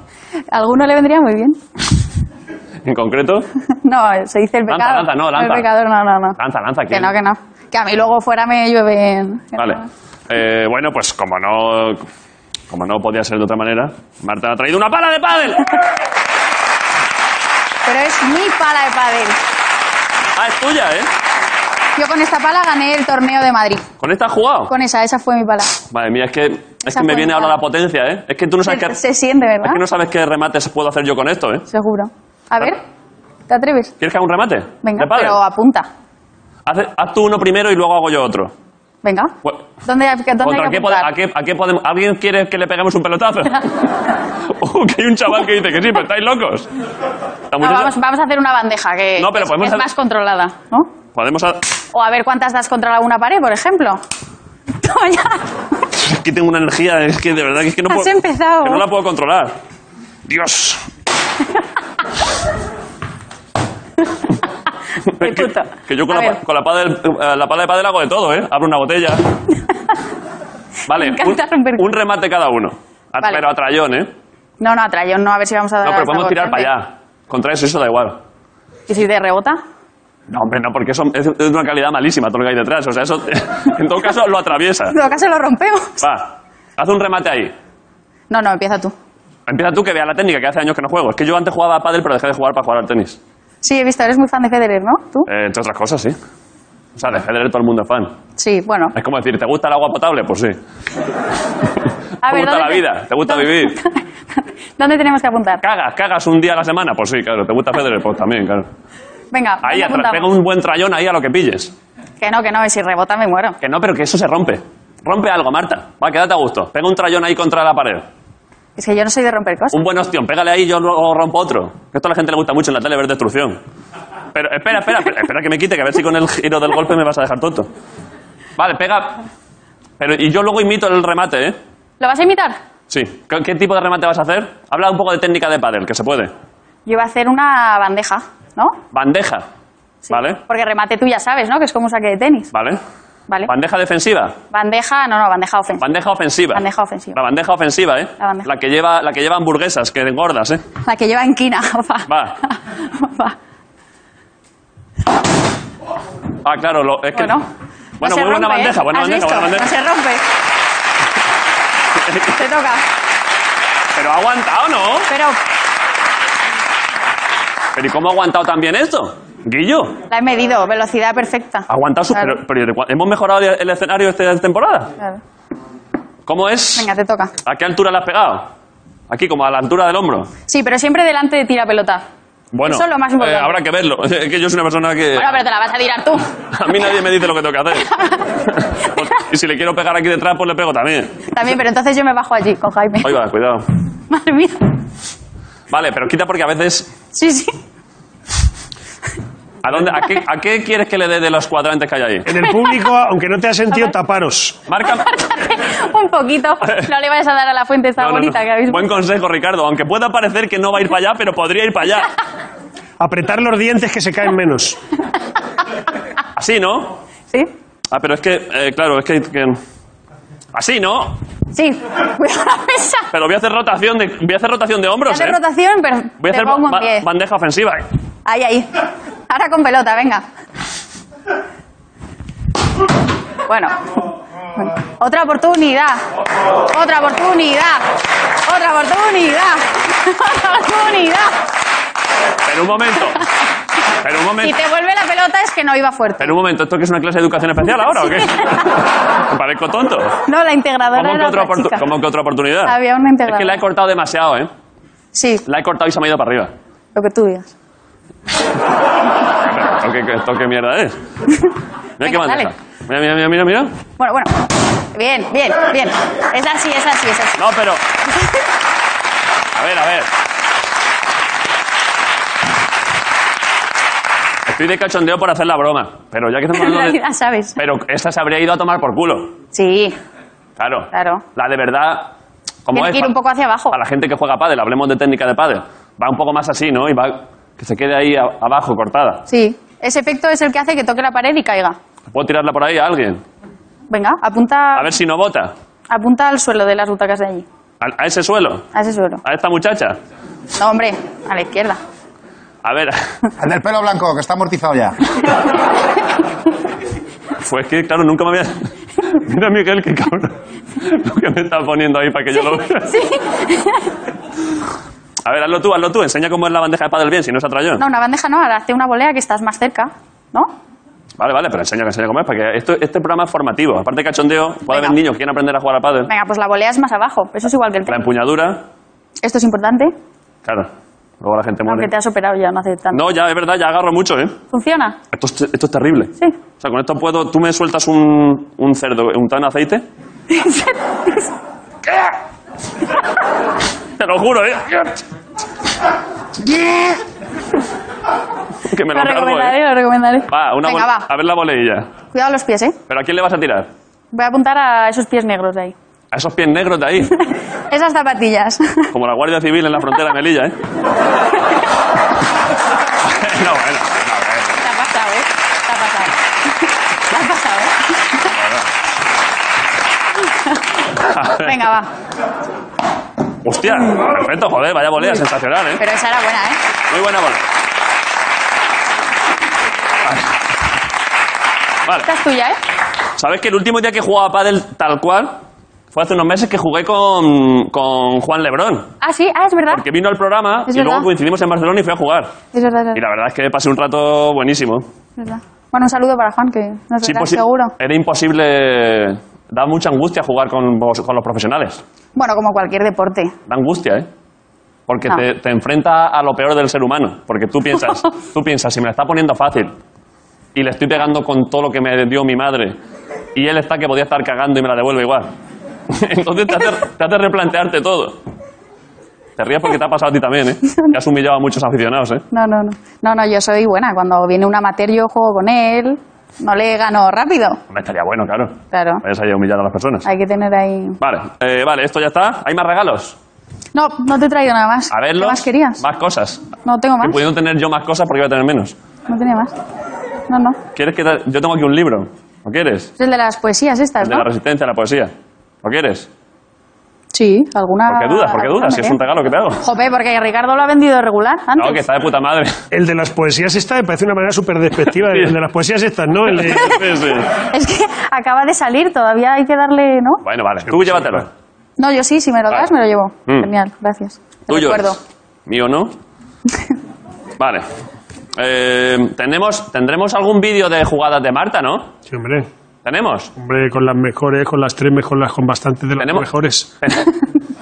F: Alguno le vendría muy bien. *laughs*
B: En concreto,
F: No, se dice el
B: Lanza,
F: pecado.
B: lanza, no, lanza.
F: El pecado, no, no, no.
B: lanza, lanza.
F: Que
B: ¿quién?
F: no, que no. Que a mí luego fuera me llueven.
B: Vale. Eh, bueno, pues como no, como no podía ser de otra manera, Marta ha traído una pala de pádel.
F: Pero es mi pala de pádel.
B: Ah, es tuya, ¿eh?
F: Yo con esta pala gané el torneo de Madrid.
B: Con esta has jugado.
F: Con esa, esa fue mi pala.
B: Madre mía, es que, es
F: Esa
B: que me
F: fue
B: viene
F: mi
B: ahora la
F: pala.
B: potencia, ¿eh? Es que tú no sabes
F: Se,
B: qué,
F: se siente,
B: es
F: ¿verdad?
B: que no sabes qué remates puedo hacer yo con esto, ¿eh?
F: Seguro. A ver, ¿te atreves?
B: ¿Quieres que haga un remate?
F: Venga,
B: ¿De pádel?
F: pero apunta.
B: Haz, haz tú uno primero y luego hago yo otro.
F: Venga.
B: Bueno,
F: ¿Dónde, hay- dónde hay
B: ¿Contra
F: que
B: qué pode-
F: apuntar?
B: a, qué, a qué podemos? ¿Alguien quiere que le peguemos un
F: *laughs*
B: pelotazo? *laughs* Uh, que hay un chaval que dice que sí, pero estáis locos. La
F: No,
B: muchacha-
F: vamos, vamos a hacer una bandeja que
B: No, pero
F: es,
B: podemos
F: es
B: hacer-
F: más controlada, ¿no?
B: Podemos. a-
F: O a ver cuántas das contra una pared, por ejemplo. *laughs* No, ya.
B: Es que tengo una energía, es que de verdad que es que no
F: Has
B: puedo.
F: empezado.
B: que no la puedo controlar. Dios.
F: *laughs* Qué
B: que,
F: puto.
B: que yo con,
F: A
B: la,
F: ver.
B: pa- con la, pala del- eh, la pala de padel hago de todo, ¿eh? Abro una
F: *laughs*
B: botella. Vale,
F: Me
B: un,
F: encanta romper-
B: un remate cada uno. A-
F: Vale.
B: Pero a trayón, ¿eh?
F: No, no, atrayón, no, a ver si vamos a dar
B: No, pero
F: hasta
B: podemos tirar
F: golpe.
B: para allá. Contra eso, eso da igual.
F: ¿Y si te rebota?
B: No, hombre, no, porque eso es de una calidad malísima todo lo que hay detrás. O sea, eso *laughs* en todo caso lo
F: *laughs*
B: atraviesa.
F: No, casi lo rompemos.
B: Va, haz un remate ahí.
F: No, no, empieza tú.
B: Empieza tú que vea la técnica, que hace años que no juego. Es que yo antes jugaba a pádel, pero dejé de jugar para jugar al tenis.
F: Sí, he visto, eres muy fan de Federer, ¿no? ¿Tú?
B: Eh, entre otras cosas, sí. O sea, de Federer todo el mundo es fan.
F: Sí, bueno.
B: Es como decir, ¿te gusta el agua potable? Pues sí.
F: A
B: ¿Te
F: ver,
B: gusta
F: ¿dónde
B: la vida? ¿Te gusta
F: dónde-
B: vivir?
F: *laughs* ¿Dónde tenemos que apuntar?
B: ¿Cagas? ¿Cagas un día a la semana? Pues sí, claro. ¿Te gusta Federer? Pues también, claro.
F: Venga,
B: Ahí,
F: ¿dónde
B: atrás, pega
F: apuntamos?
B: un buen trayón ahí a lo que pilles.
F: Que no, que no, y si rebota me muero.
B: Que no, pero que eso se rompe. Rompe algo, Marta. Va, quédate a gusto. Pega un trayón ahí contra la pared.
F: Es que yo no soy de romper cosas.
B: Un buen ostión, pégale ahí y yo luego rompo otro. Que esto a la gente le gusta mucho en la tele ver destrucción. Pero espera, espera, espera, espera que me quite, que a ver si con el giro del golpe me vas a dejar tonto. Vale, pega. Pero, y yo luego imito el remate, ¿eh?
F: ¿Lo vas a imitar?
B: Sí. ¿Qué, qué tipo de remate vas a hacer? Habla un poco de técnica de pádel, que se puede.
F: Yo iba a hacer una bandeja, ¿no?
B: Bandeja.
F: Sí.
B: Vale.
F: Porque remate tú ya sabes, ¿no? Que es como un saque de tenis.
B: Vale.
F: Vale.
B: Bandeja defensiva.
F: Bandeja, no, no, bandeja ofensiva.
B: Bandeja ofensiva.
F: Bandeja ofensiva.
B: La bandeja ofensiva, ¿eh?
F: La bandeja.
B: que lleva, la que lleva hamburguesas, que engordas, ¿eh?
F: La que lleva en *laughs* quina. Va.
B: Va.
F: Va.
B: Ah, claro, lo- es que.
F: Bueno.
B: Bueno,
F: no se
B: muy buena
F: rompe, ¿eh?
B: bandeja, buena
F: ¿Has
B: bandeja,
F: visto?
B: buena
F: *laughs*
B: bandeja.
F: No se
B: *laughs*
F: rompe. Te toca.
B: Pero ha aguantado, ¿no?
F: Pero
B: Pero ¿y cómo ha aguantado también esto? Guillo,
F: la he medido, velocidad perfecta.
B: ha aguantado su...
F: Claro,
B: Pero, pero ¿cu- ¿hemos mejorado el escenario esta temporada?
F: claro.
B: ¿Cómo es?
F: Venga, te toca.
B: ¿A qué altura la has pegado? Aquí, como a la altura del hombro.
F: Sí, pero siempre delante de tira pelota.
B: Bueno,
F: Eso es lo más importante.
B: eh, habrá que verlo. *laughs* Es que yo soy una persona que...
F: Bueno, pero te la vas a tirar tú.
B: A mí nadie me dice lo que tengo que hacer.
F: *laughs*
B: Pues, y si le quiero pegar aquí detrás, pues le pego también.
F: También, pero entonces yo me bajo allí con Jaime.
B: Ahí va, cuidado.
F: *laughs* Madre mía.
B: Vale, pero quita porque a veces...
F: Sí, sí. *laughs*
B: ¿A, dónde, a, qué, a qué quieres que le dé de los cuadrantes que hay ahí?
C: En el público, aunque no te has sentido, taparos.
F: *laughs*
B: Marca...
F: Un poquito. No le vayas a dar a la fuente esa
B: No, no, no.
F: bonita que habéis
B: Buen consejo, Ricardo. Aunque pueda parecer que no va a ir para allá, pero podría ir para allá.
C: Apretar los dientes que se caen menos.
B: Así, ¿no?
F: Sí.
B: Ah, pero es que, eh, claro, es que, que- Así, ¿no?
F: Sí. Cuidado la mesa.
B: Pero voy a hacer rotación de, voy a hacer rotación de hombros,
F: Hace
B: ¿eh?
F: rotación, pero
B: Voy a
F: te
B: hacer
F: pongo
B: ba-
F: un pie.
B: bandeja ofensiva. ¿eh?
F: Ahí, ahí. Ahora con pelota, venga. Bueno. Otra oportunidad. Otra oportunidad. Otra oportunidad. *laughs* Otra oportunidad.
B: Pero un
F: *laughs*
B: momento. Pero un
F: Si
B: momento.
F: te vuelve la pelota es que no iba fuerte.
B: Pero un momento. ¿Esto que es una clase de educación especial ahora o qué? *laughs* Me parezco tonto.
F: No, la integradora
B: ¿Cómo que,
F: era
B: otra
F: otra
B: oportu-
F: chica.
B: cómo que otra oportunidad?
F: Había una
B: Es
F: integradora.
B: que la he cortado demasiado, ¿eh?
F: Sí,
B: La he cortado y se me ha ido para arriba.
F: lo que tú digas.
B: ¿Esto qué, esto qué mierda
F: *laughs*
B: es? Mira qué
F: Venga,
B: bandeja.
F: dale.
B: Mira, mira, mira, mira, mira.
F: Bueno, bueno. Bien, bien, bien. Es así, es así, es así.
B: No, pero. A ver, a ver. Estoy de cachondeo por hacer la broma, pero ya que estamos
F: En
B: hablando de...
F: *laughs* realidad, ¿sabes?
B: Pero esta se habría ido a tomar por culo,
F: Sí,
B: claro.
F: Claro.
B: La de verdad... como
F: Tiene que ir un poco hacia abajo.
B: Para la gente que juega pádel, hablemos de técnica de pádel. Va un poco más así, ¿no? Y va... Que se quede ahí a- abajo, cortada.
F: sí. Ese efecto es el que hace que toque la pared y caiga.
B: ¿Puedo tirarla por ahí a alguien?
F: Venga, apunta,
B: A ver si no bota.
F: apunta al suelo de las butacas de allí.
B: Al- A, ese suelo.
F: A ese suelo.
B: A esta muchacha.
F: No, hombre, a la izquierda.
B: A ver... *laughs*
D: Al del pelo blanco, que está amortizado ya.
B: Pues que, claro, nunca me había...
F: *laughs*
B: Mira, Miguel, qué cabrón. Lo que me está poniendo ahí para que yo lo vea.
F: Sí.
B: A ver, hazlo tú, hazlo tú. Enseña cómo es la bandeja de pádel bien, si no se atrayó.
F: No, una bandeja no, ahora hazte una volea que estás más cerca, ¿no?
B: Vale, vale, pero enseña, enseña cómo es, para que esto, este programa es formativo. Aparte de cachondeo, puede
F: Venga.
B: haber niños que quieran aprender a jugar a pádel.
F: Venga, pues la volea es más abajo, eso es igual que el
B: La
F: tenis.
B: empuñadura,
F: Esto es importante,
B: claro. Luego la gente
F: aunque
B: muere.
F: te has operado ya no hace tanto.
B: No, ya, es verdad, ya agarro mucho, ¿eh?
F: ¿Funciona?
B: Esto es, esto es terrible.
F: Sí.
B: O sea, con esto puedo... Tú me sueltas un, un cerdo untado en
F: *laughs*
B: aceite. Te lo juro, ¿eh? que me lo
F: lo
B: cargo, ¿eh?
F: recomendaré, lo recomendaré.
B: Va, una Ah.
F: Venga,
B: bol-
F: va.
B: A ver la boleilla.
F: Cuidado los pies, ¿eh?
B: ¿Pero a quién le vas a tirar?
F: Voy a apuntar a esos pies negros de ahí. *laughs*
B: A esos pies negros de ahí.
F: Esas zapatillas. *laughs*
B: Como la Guardia Civil en la frontera de Melilla, ¿eh? *laughs* no, bueno.
F: Te ha pasado, ¿eh? Te ha pasado. *laughs* Te ha pasado, ¿eh? Venga, va.
B: Hostia, perfecto, joder, vaya volea, sensacional, ¿eh?
F: Pero esa era buena, ¿eh?
B: Muy buena bola. Vale.
F: Esta es tuya, ¿eh?
B: ¿Sabes que el último día que jugaba pádel tal cual fue hace unos meses que jugué con, con Juan Lebrón?
F: Ah, sí, ah, es verdad.
B: Porque vino al programa
F: Es
B: y luego
F: verdad.
B: coincidimos en Barcelona y fui a jugar. Y
F: Es verdad, es verdad,
B: la verdad es que pasé un rato buenísimo.
F: es verdad. Bueno, un saludo para Juan, que nos
B: Sí,
F: verá
B: posi-
F: seguro.
B: Era imposible. Da mucha angustia jugar con, vos- con los profesionales.
F: Bueno, como cualquier deporte.
B: Da angustia, ¿eh? Porque
F: No.
B: te, te enfrenta a lo peor del ser humano. Porque tú piensas,
F: *laughs*
B: tú piensas, si me la está poniendo fácil y le estoy pegando con todo lo que me dio mi madre y él está que podía *laughs* estar cagando y me la devuelve igual. Entonces te hace, te hace replantearte todo. Te rías porque te ha pasado a ti también, ¿eh? Te has humillado a muchos aficionados, ¿eh?
F: No, no, no. No, no, yo soy buena. Cuando viene un amateur yo juego con él. No le gano rápido.
B: Me estaría bueno, claro.
F: Claro.
B: Vayas ahí a humillar a las personas.
F: Hay que tener ahí...
B: Vale, eh, vale, esto ya está. ¿Hay más regalos?
F: No, no te he traído nada más.
B: A verlos.
F: ¿Qué más querías?
B: Más cosas.
F: No tengo
B: Que
F: más.
B: pudiendo tener yo más cosas porque voy a tener menos.
F: No tenía más. No, no.
B: ¿Quieres que te- Yo tengo aquí un libro. ¿Lo quieres?
F: Es el de las poesías estas,
B: El de
F: ¿no?
B: la resistencia a la poesía. ¿Lo quieres?
F: Sí, alguna...
B: ¿Por qué dudas? ¿Por qué
F: alguna
B: dudas?
F: me
B: Si es un Ah,
F: queda.
B: regalo que te hago.
F: Jope, porque Ricardo lo ha vendido regular antes.
B: No, que está de puta madre. *laughs*
C: El de las poesías esta me parece una manera súper despectiva. El de las poesías estas, ¿no? El de-
B: Sí, sí.
F: Es que acaba de salir, todavía hay que darle, ¿no?
B: Bueno, vale. Tú llévatelo.
F: No, yo sí, si me lo
B: Vale.
F: das, me lo llevo.
B: Mm.
F: Genial, gracias. Te
B: Tuyo
F: recuerdo.
B: es. Mío no. Vale. Eh, tenemos, tendremos algún vídeo de jugadas de Marta, ¿no?
C: Sí, hombre.
B: ¿Tenemos? *laughs*
C: Hombre, con las mejores, con las tres mejores, con bastantes de las
B: Tenemos-
C: mejores.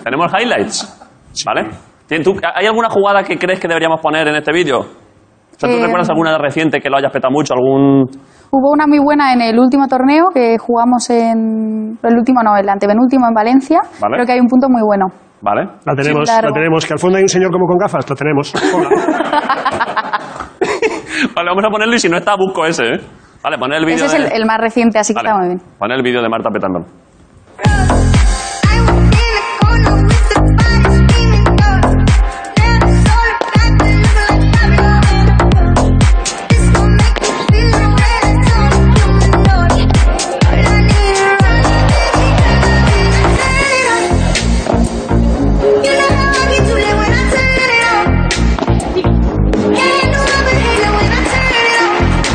B: tenemos highlights, ¿vale? Tien- tú- ¿Hay alguna jugada que crees que deberíamos poner en este vídeo? O sea, ¿tú
F: Eh,
B: recuerdas alguna reciente que lo hayas petado mucho? ¿Algún...?
F: Hubo una muy buena en el último torneo que jugamos en. El último no, el antepenúltimo en Valencia.
B: Vale.
F: Creo que hay un punto muy bueno.
B: ¿Vale?
C: La tenemos,
F: Sí, claro.
C: la tenemos. Que al fondo hay un señor como con gafas, la
F: *laughs*
C: tenemos.
B: *laughs* Vale, vamos a ponerlo y si no está, busco ese, ¿eh? Vale, poner el vídeo
F: Ese es
B: de-
F: el, el más reciente, así que
B: Vale,
F: está muy bien.
B: poner el vídeo de Marta petándolo.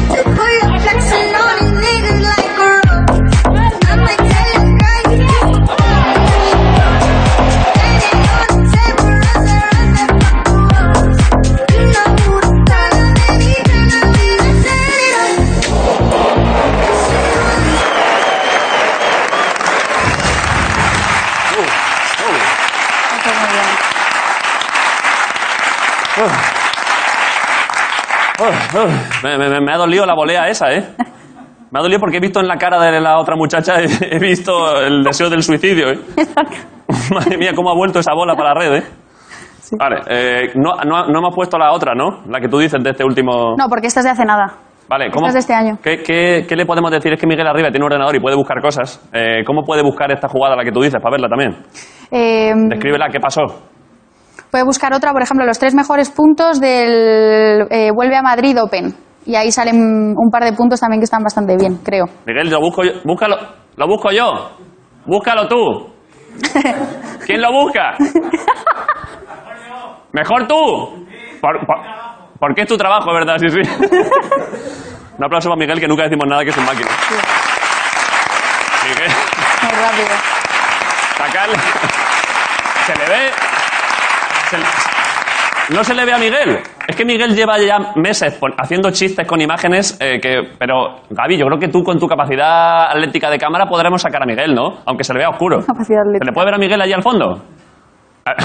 G: Flexing on these niggas like a rope. I'ma tell them, girl, you
F: Está muy bien.
B: Me, me- me- me ha dolido la volea esa,
F: *laughs*
B: ¿eh? Me ha dolido porque he visto en la cara de la otra muchacha, *laughs* he, he visto el deseo del suicidio,
F: *laughs*
B: ¿eh? Madre mía, cómo ha vuelto esa bola para la red, ¿eh? Vale, eh, no, no, no hemos puesto la otra, ¿no? La que tú dices de este último...
F: No, porque esta es de hace nada.
B: Vale, ¿cómo?
F: Esta es de este año.
B: ¿Qué, qué, qué le podemos decir? Es que Miguel Arriba tiene un ordenador y puede buscar cosas. Eh, ¿Cómo puede buscar esta jugada, la que tú dices, para verla también?
F: Eh,
B: Descríbela, ¿qué pasó?
F: puede buscar otra, por ejemplo, los tres mejores puntos del eh, Vuelve a Madrid Open. Y ahí salen un par de puntos también que están bastante bien, creo.
B: Miguel, lo busco yo. Búscalo. Lo busco yo. Búscalo tú. ¿Quién lo busca? Mejor tú. Por- por- porque es tu trabajo, ¿verdad? Sí, sí. Un aplauso para Miguel, que nunca decimos nada que es un máquina. Miguel,
F: Muy rápido.
B: sacarle. Se le ve. se le- no se le ve a Miguel. Es que Miguel lleva ya meses pon- haciendo chistes con imágenes eh, que... Pero, Gaby, yo creo que tú con tu capacidad atlética de cámara podremos sacar a Miguel, ¿no? Aunque se le vea oscuro.
F: Capacidad
B: ¿Se le
F: atlética.
B: puede ver a Miguel allí al fondo? Ah, *laughs*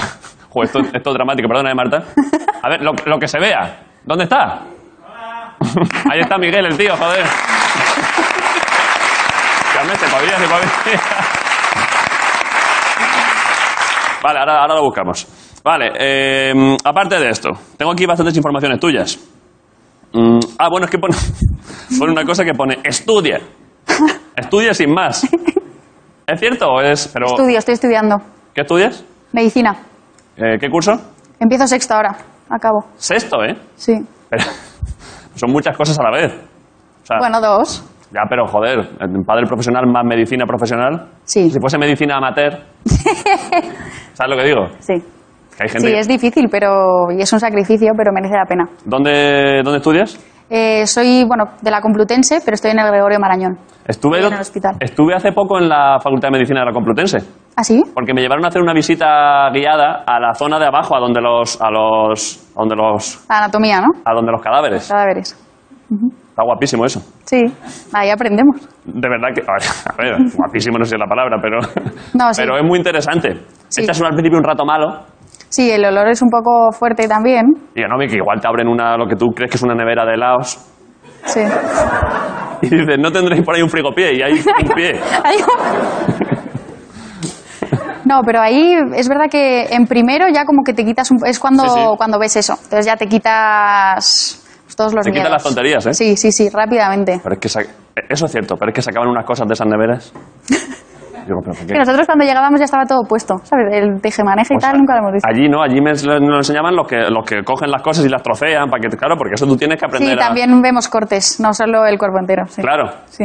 B: Joder, esto, esto es dramático, perdona, ¿eh, Marta. A ver, lo, lo que se vea. ¿Dónde está? Ahí está Miguel, el tío,
F: *laughs*
B: joder. Carmen, se pavía, se pavía. Vale, ahora, ahora lo buscamos. Vale, eh, aparte de esto, tengo aquí bastantes informaciones tuyas. Mm, ah, bueno, es que pone, *laughs* pone una cosa que pone
F: *laughs*
B: estudia. Estudia sin más. ¿Es cierto o es...? Pero,
F: Estudio, estoy estudiando.
B: ¿Qué estudias?
F: Medicina.
B: Eh, ¿Qué curso?
F: Empiezo sexto ahora. Acabo.
B: Sexto, ¿eh?
F: Sí.
B: Pero- *laughs* son muchas cosas a la vez. O sea,
F: Bueno, dos.
B: Ya, pero joder, eh, padre profesional más medicina profesional.
F: Sí.
B: Si fuese medicina
F: *laughs*
B: amateur. ¿Sabes lo que digo?
F: Sí.
B: Que hay gente.
F: Sí,
B: que-
F: es difícil, pero y es un sacrificio, pero merece la pena.
B: ¿Dónde, ¿Dónde estudias?
F: Eh, soy, bueno, de la Complutense, pero estoy en el Gregorio Marañón.
B: Estuve,
F: Estoy en el hospital.
B: estuve hace poco en la Facultad de Medicina de la Complutense,
F: ¿Ah, sí?
B: porque me llevaron a hacer una visita guiada a la zona de abajo, a donde los, a los, a donde los,
F: Anatomía, ¿no?
B: a donde los cadáveres.
F: Cadáveres.
B: Está guapísimo eso.
F: Sí. Ahí aprendemos.
B: De verdad que, *laughs* a ver, a ver, guapísimo no sé si es la palabra, pero,
F: No, sí.
B: pero es muy interesante.
F: Sí.
B: Esta es al principio un rato malo,
F: Sí, el olor es un poco fuerte también.
B: y yo, no, que igual te abren una, lo que tú crees que es una nevera de helados, *laughs*
F: Sí.
B: y dices,
F: *laughs*
B: no tendréis por ahí un frigopié, y hay un pie.
F: Ahí- No, pero ahí es verdad que en primero ya como que te quitas un... Es cuando,
B: Sí, sí.
F: cuando ves eso. Entonces ya te quitas pues, todos los
B: Te quitas
F: miedos.
B: las tonterías, ¿eh?
F: Sí, sí, sí, rápidamente.
B: Pero es que sa- e, eso es cierto, pero es que sacaban unas cosas de esas
F: *laughs*
B: neveras. Digo, pero ¿por qué?
F: Que nosotros cuando llegábamos ya estaba todo puesto, ¿sabes? El tejemaneje y
B: Pues,
F: tal nunca lo hemos visto.
B: Allí no, allí me ens- nos lo enseñaban los que, los que cogen las cosas y las trocean, para que, claro, porque eso tú tienes que aprender
F: Sí,
B: a-
F: también vemos cortes, no solo el cuerpo entero. sí.
B: Claro,
F: Sí.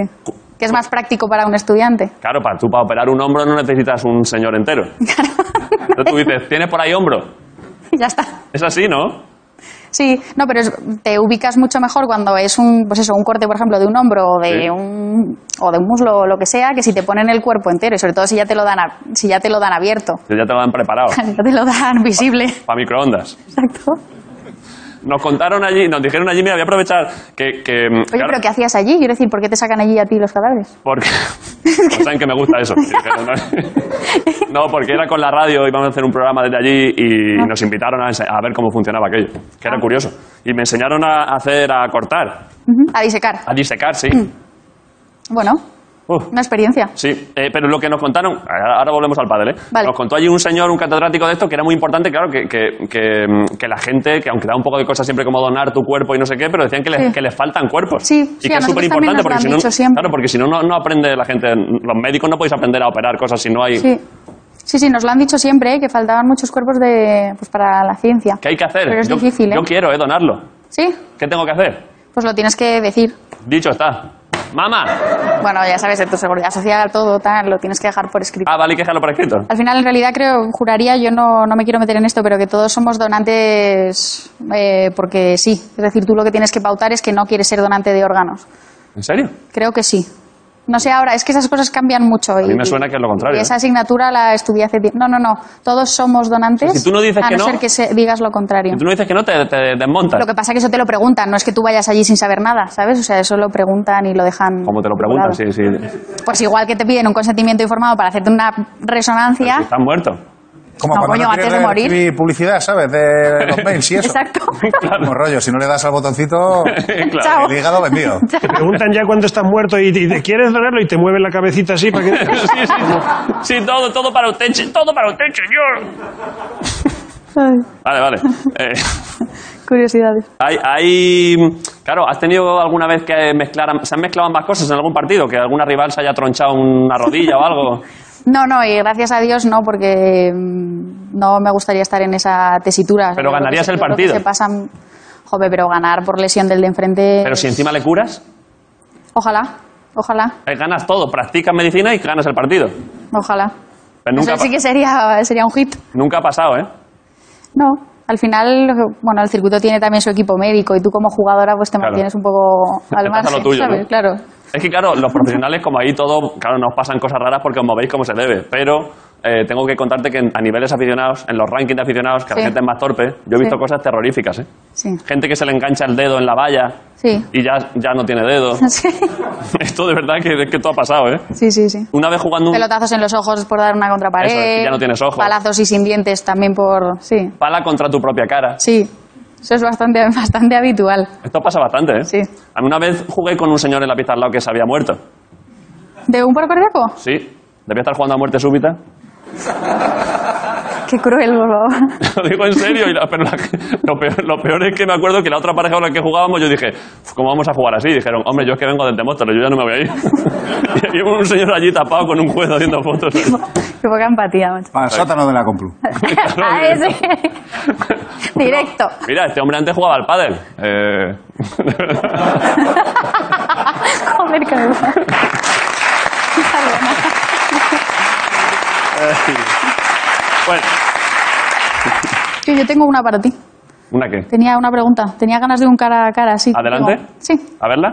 F: Que es más práctico para un estudiante. *laughs*
B: claro, para tú para operar un hombro no necesitas un señor entero. Entonces tú dices, ¿tienes por ahí hombro?
F: Y ya está.
B: Es así, ¿no?
F: Sí, no, pero es- te ubicas mucho mejor cuando es un, pues eso, un corte, por ejemplo, de un hombro o de
B: Sí.
F: un o de un muslo o lo que sea, que si te ponen el cuerpo entero y sobre todo si ya te lo dan, a- si ya te lo dan abierto, *laughs*
B: Que Ya te lo han preparado,
F: ya te lo dan *laughs* visible,
B: para microondas.
F: exacto.
B: Nos contaron allí, nos dijeron allí, mira, voy a aprovechar que... que mm,
F: Oye,
B: claro,
F: pero ¿qué hacías allí? Quiero decir, ¿por qué te sacan allí a ti los cadáveres?
B: Porque *laughs* pues saben que me gusta eso. No, *laughs* porque era con la radio, íbamos a hacer un programa desde allí y nos invitaron a, ense- a ver cómo funcionaba aquello, que era curioso. Y me enseñaron a hacer, a cortar,
F: Ujú, A disecar.
B: a disecar, sí.
F: Bueno,
B: Uf,
F: una experiencia.
B: sí, Eh, pero lo que nos contaron, ahora ahora volvemos al pádel, ¿eh?
F: Vale.
B: Nos contó allí un señor, un catedrático de esto, que era muy importante, claro, que, que- que, mm, que la gente, que aunque da un poco de cosas siempre como donar tu cuerpo y no sé qué, pero decían que, les-
F: Sí.
B: que les faltan cuerpos.
F: Sí,
B: y
F: sí,
B: que
F: a
B: es
F: nosotros
B: súper importante
F: también nos lo
B: porque
F: han
B: si no,
F: dicho siempre.
B: claro, porque si no, no, no aprende la gente, los médicos no podéis aprender a operar cosas si no hay...
F: Sí. Sí, sí, nos lo han dicho siempre, ¿eh? que faltaban muchos cuerpos de, pues, para la ciencia.
B: ¿Qué hay que hacer?
F: Pero es
B: yo,
F: difícil, ¿eh?
B: yo quiero, eh, donarlo.
F: Sí,
B: ¿Qué tengo que hacer?
F: pues lo tienes que decir.
B: Dicho está. ¡Mamá!
F: Bueno, ya sabes, de tu seguridad social, todo, tal, lo tienes que dejar por escrito.
B: Ah, vale, hay que dejarlo por escrito.
F: Al final, en realidad, creo, juraría, yo no, no me quiero meter en esto, pero que todos somos donantes eh, porque sí. Es decir, tú lo que tienes que pautar es que no quieres ser donante de órganos.
B: ¿En serio?
F: Creo que sí. No sé ahora, es que esas cosas cambian mucho.
B: mí me suena que es lo contrario,
F: Y esa
B: ¿eh?
F: asignatura la estudié hace tiempo. No, no, no. Todos somos donantes.
B: Si tú no dices
F: a
B: que
F: no,
B: no-
F: ser que se- digas lo contrario.
B: Si tú no dices que no, te, te desmontas.
F: Lo que pasa es que eso te lo preguntan, no es que tú vayas allí sin saber nada, ¿sabes? O sea, eso lo preguntan y lo dejan.
B: Como te lo preguntan,
F: regulado.
B: sí, sí.
F: Pues igual que te piden un consentimiento informado para hacerte una resonancia.
B: Estás muerto. *laughs*
D: Como
F: No,
D: cuando
F: coño,
D: no quieres
F: antes de morir.
D: recibir publicidad, ¿sabes? De los mails y eso.
F: Exacto.
B: *laughs*
D: Como rollo, si no le das al botoncito,
B: claro.
F: *laughs* Chao.
D: el hígado
F: *laughs*
D: vendido.
C: Te preguntan ya cuando estás muerto y, y- quieres donarlo y te mueven la cabecita así para
F: *laughs*
C: que...
B: *laughs* Sí, sí, sí. Sí, todo, todo para usted, che- todo para usted, señor.
F: Ay,
B: Vale, vale. Eh,
F: curiosidades.
B: hay, hay, claro, ¿has tenido alguna vez que mezclar, se han mezclado ambas cosas en algún partido? ¿Que alguna rival se haya tronchado una rodilla o
F: *laughs*
B: algo?
F: No, no, y gracias a Dios no, porque mm, no me gustaría estar en esa tesitura.
B: Pero
F: Yo creo que
B: ganarías
F: se-
B: el
F: yo creo que
B: partido.
F: Se pasan, joder, pero ganar por lesión del de enfrente.
B: Pero si encima le curas,
F: Ojalá, ojalá,
B: eh, ganas todo. Practicas medicina y ganas el partido.
F: ojalá.
B: Pero nunca,
F: Eso sí
B: pa-
F: que sería, sería un hit.
B: nunca ha pasado, ¿eh?
F: No, al final, bueno, el circuito tiene también su equipo médico y tú como jugadora pues te
B: Claro.
F: mantienes un poco
B: Te
F: al
B: pasa
F: margen,
B: lo tuyo,
F: ¿sabes?
B: ¿no?
F: Claro.
B: Es que, claro, los profesionales, como ahí todo, claro, nos pasan cosas raras porque os movéis como se debe. Pero eh, tengo que contarte que en- a niveles aficionados, en los rankings de aficionados, que la
F: Sí.
B: gente es más torpe, yo he visto
F: Sí.
B: cosas terroríficas, ¿eh?
F: Sí.
B: Gente que se le engancha el dedo en la valla
F: Sí. *laughs*
B: y ya, ya no tiene dedo.
F: Sí,
B: *laughs* Esto de verdad que, es que todo ha pasado, ¿eh?
F: sí, sí. sí.
B: Una vez jugando un
F: Pelotazos en los ojos por dar una contrapared.
B: Eso es, que ya no tienes ojos.
F: Palazos y sin dientes también por. Sí,
B: pala contra tu propia cara.
F: sí. Eso es bastante, *laughs* bastante habitual.
B: Esto pasa bastante, ¿eh?
F: Sí.
B: A mí una vez jugué con un señor en la pista al lado que se había muerto.
F: ¿De un paro cardíaco?
B: Sí. Debía estar jugando a muerte súbita.
F: Qué cruel, por favor.
B: Lo
F: *laughs*
B: digo en serio, y la- pero la- lo, peor, lo peor es que me acuerdo que la otra pareja con la que jugábamos, yo dije, "Uf, ¿cómo vamos a jugar así? Y dijeron, hombre, yo es que vengo del Demóstenes, yo ya no me voy a ir. *laughs* y había un señor allí tapado con un juez haciendo fotos.
F: Qué poca empatía, *laughs* macho.
D: Para el sótano de la Complu.
F: A ese. *laughs* Directo.
B: Mira, este hombre antes jugaba al pádel. Eh,
F: *laughs* Joder, qué vergüenza.
B: bueno,
F: Sí, yo tengo una para ti.
B: ¿una qué?
F: Tenía una pregunta. Tenía ganas de un cara a cara, sí. contigo.
B: ¿Adelante?
F: Sí.
B: ¿A verla?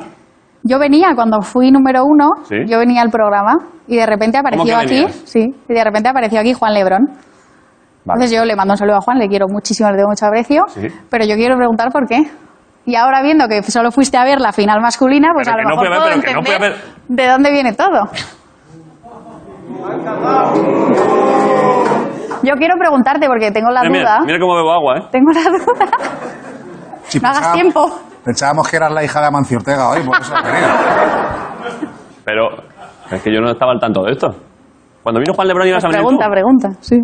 F: Yo venía cuando fui número uno,
B: Sí.
F: yo venía al programa y de repente apareció
B: que
F: aquí,
B: venías?
F: sí, y de repente apareció aquí Juan Lebrón.
B: Vale.
F: Entonces yo le mando un saludo a Juan, le quiero muchísimo, le tengo mucho aprecio,
B: Sí.
F: pero yo quiero preguntar por qué. Y ahora viendo que solo fuiste a ver la final masculina, pues
B: Pero
F: a
B: que
F: lo
B: no fui
F: mejor
B: a ver,
F: puedo
B: pero que no fui a
F: entender de dónde viene todo. Yo quiero preguntarte porque tengo la
B: Mira,
F: duda.
B: mira, mira cómo bebo agua, ¿eh?
F: Tengo la duda.
D: Si
F: No hagas
C: Ah.
D: pensábamos-
F: tiempo.
D: Pensábamos que eras la hija de Amancio Ortega hoy, por eso quería.
B: Pero es que yo no estaba al tanto de esto. Cuando vino Juan Lebrón y ibas a venir tú.
F: Pues Pregunta, pregunta, sí.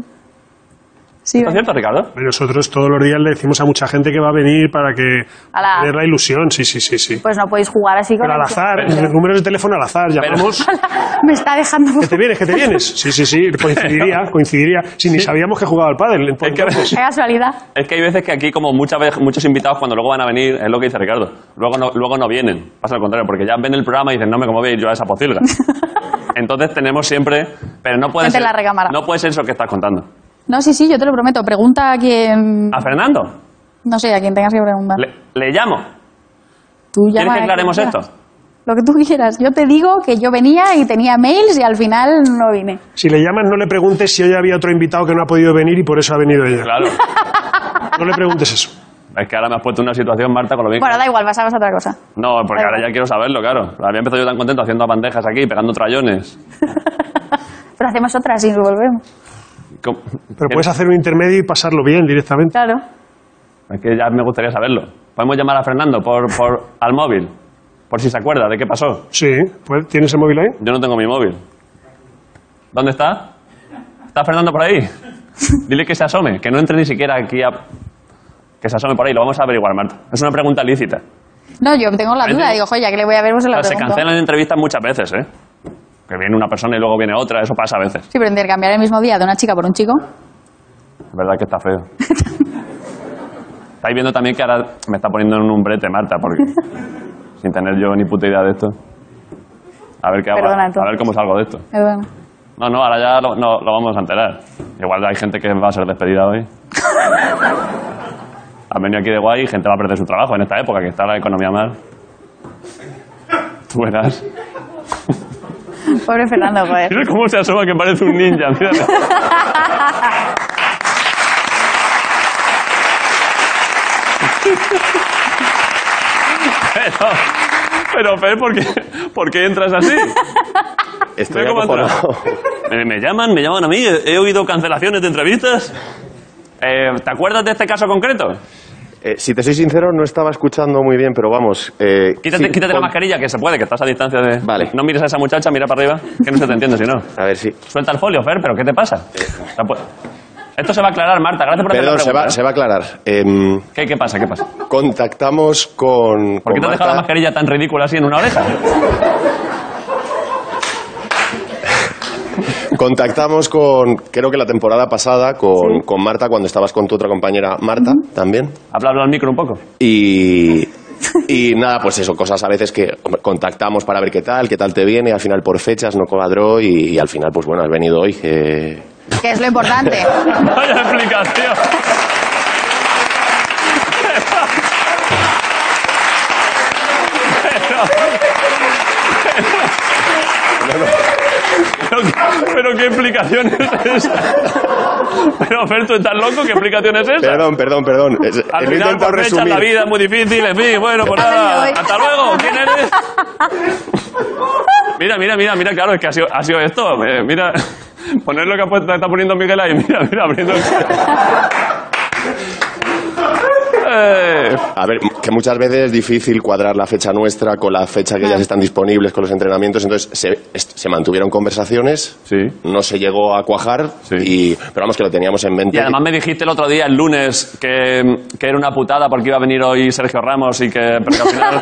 F: Sí,
B: ¿Es cierto, Ricardo?
C: Y Nosotros todos los días le decimos a mucha gente que va a venir para que
F: Ala.
C: tener la ilusión, sí, sí, sí, sí.
F: pues no podéis jugar así con
C: Pero al
F: el-
C: azar,
F: pues,
C: números de teléfono al azar,
B: *laughs*
C: llamamos.
F: *laughs* Me está
C: *laughs*
F: dejando. *laughs*
C: Que te vienes, que te vienes. Sí, sí, sí, coincidiría, coincidiría. Si ni sabíamos que jugaba al pádel.
B: Es que,
F: Qué casualidad.
B: es que hay veces que aquí, como muchas veces, muchos invitados, cuando luego van a venir, es lo que dice Ricardo, luego no, luego no vienen. Pasa al contrario, porque ya ven el programa y dicen, no me como voy a ir yo a esa
F: *laughs*
B: pocilga. Entonces tenemos siempre. Pero no puede
F: Gente
B: ser.
F: en la recámara.
B: No puede ser eso que estás contando.
F: No, sí, sí, yo te lo prometo. Pregunta a quien.
B: A Fernando,
F: No sé, a quien tengas que preguntar.
B: le, le llamo.
F: Tú
B: ¿Quieres
F: llama
B: que
F: a quien
B: aclaremos
F: quieras.
B: esto?
F: Lo que tú quieras. Yo te digo que yo venía y tenía mails y al final no vine.
C: Si le llamas, no le preguntes si hoy había otro invitado que no ha podido venir y por eso ha venido ella.
F: *laughs*
B: Claro.
C: No le preguntes eso.
B: Es que ahora me has puesto en una situación, Marta, con lo bien que-
F: Bueno, da igual, pasabas a otra cosa.
B: No, porque
F: da
B: ahora ya
F: igual.
B: quiero saberlo, claro. Había empezado yo tan contento haciendo bandejas aquí, pegando trayones.
F: Pero hacemos otra y volvemos.
B: ¿Cómo? *laughs*
C: Pero puedes hacer un intermedio y pasarlo bien directamente.
F: Claro.
B: Es que ya me gustaría saberlo. Podemos llamar a Fernando por, por, al móvil, por si se acuerda de qué pasó.
C: Sí, pues, ¿tienes el móvil ahí?
B: Yo no tengo mi móvil. ¿Dónde está? ¿Está Fernando por ahí? Dile que se asome, que no entre ni siquiera aquí a... Que se asome por ahí, lo vamos a averiguar, Marta. Es una pregunta lícita.
F: No, yo tengo la duda.
B: Vete.
F: Digo, joder, ya que le voy a ver, pues se la
B: Pero Ah, se
F: pregunto.
B: cancelan entrevistas muchas veces, ¿eh? Que viene una persona y luego viene otra, eso pasa a veces.
F: Sí, pero intercambiar el mismo día de una chica por un chico.
B: Es verdad que está feo.
F: *laughs*
B: Estáis viendo también que ahora me está poniendo en un brete, Marta,
F: *laughs*
B: porque sin tener yo ni puta idea de esto. A ver qué hago,
F: Perdona,
B: a
F: entonces.
B: ver cómo salgo de esto.
F: Pero Eh, bueno.
B: No, no, ahora ya lo, no, lo vamos a enterar. Igual hay gente que va a ser despedida hoy. Han venido aquí de guay y gente va a perder su trabajo en esta época, que está la economía mal. Tú verás.
F: Pobre Fernando, joder.
B: Mira cómo se asoma que parece un ninja. míralo. *laughs* Pero, pero Fer, ¿por qué, por qué entras así?
H: Estoy
B: Mira cómo
H: acojonado.
B: *laughs* Me, me llaman, me llaman a mí. He, he oído cancelaciones de entrevistas. Eh, ¿Te acuerdas de este caso concreto?
H: Eh, si te soy sincero, no estaba escuchando muy bien, pero vamos. eh,
B: Quítate,
H: sí,
B: quítate la
H: pon-
B: mascarilla, que se puede, que estás a distancia de...
H: Vale.
B: No mires a esa muchacha, mira para arriba, que no se te entiende si no.
H: A ver, sí.
B: Suelta el folio, Fer, pero ¿qué te pasa? La pu- Esto se va a aclarar, Marta. Gracias por hacer la
H: Perdón, se
B: pregunta.
H: va,
B: ¿eh?
H: se va a aclarar. Em,
B: ¿Qué, qué pasa? ¿Qué pasa? ¿Por
H: contactamos con. con
B: qué te has dejado la
H: Marta.
B: mascarilla tan ridícula así en una oreja?
H: Contactamos con, creo que la temporada pasada, con, con Marta, cuando estabas con tu otra compañera Marta también.
B: Habla, habla al micro un poco.
H: Y, y nada, pues eso, cosas a veces que hombre, contactamos para ver qué tal, qué tal te viene, al final por fechas no cuadró y, y al final, pues bueno, has venido hoy. eh.
F: *laughs* Que es lo importante.
B: Vaya explicación. Pero, pero- pero qué explicación es esa. Pero Fer, tú estás loco, ¿qué explicación es esa?
H: Perdón, perdón, perdón. Es-
B: Al
H: lo he
B: final,
H: intentado
B: por fechas,
H: resumir.
B: la vida es muy difícil, en fin, bueno,
F: *laughs*
B: pues
F: Hasta
B: nada.
F: luego, eh.
B: Hasta luego, ¿quién eres? Mira, mira, mira, mira, claro, es que ha sido, ha sido esto. eh, mira, poner lo que ha puesto- está poniendo Miguel ahí, mira, mira, abriendo. el- Eh,
H: A ver, que muchas veces es difícil cuadrar la fecha nuestra con la fecha que ellas están disponibles con los entrenamientos, entonces se, est- se mantuvieron conversaciones,
B: Sí.
H: no se llegó a cuajar,
B: Sí.
H: y, pero vamos que lo teníamos en mente.
B: y además me dijiste el otro día, el lunes, que, que era una putada porque iba a venir hoy Sergio Ramos y que. Pero que al
F: *laughs*
B: final.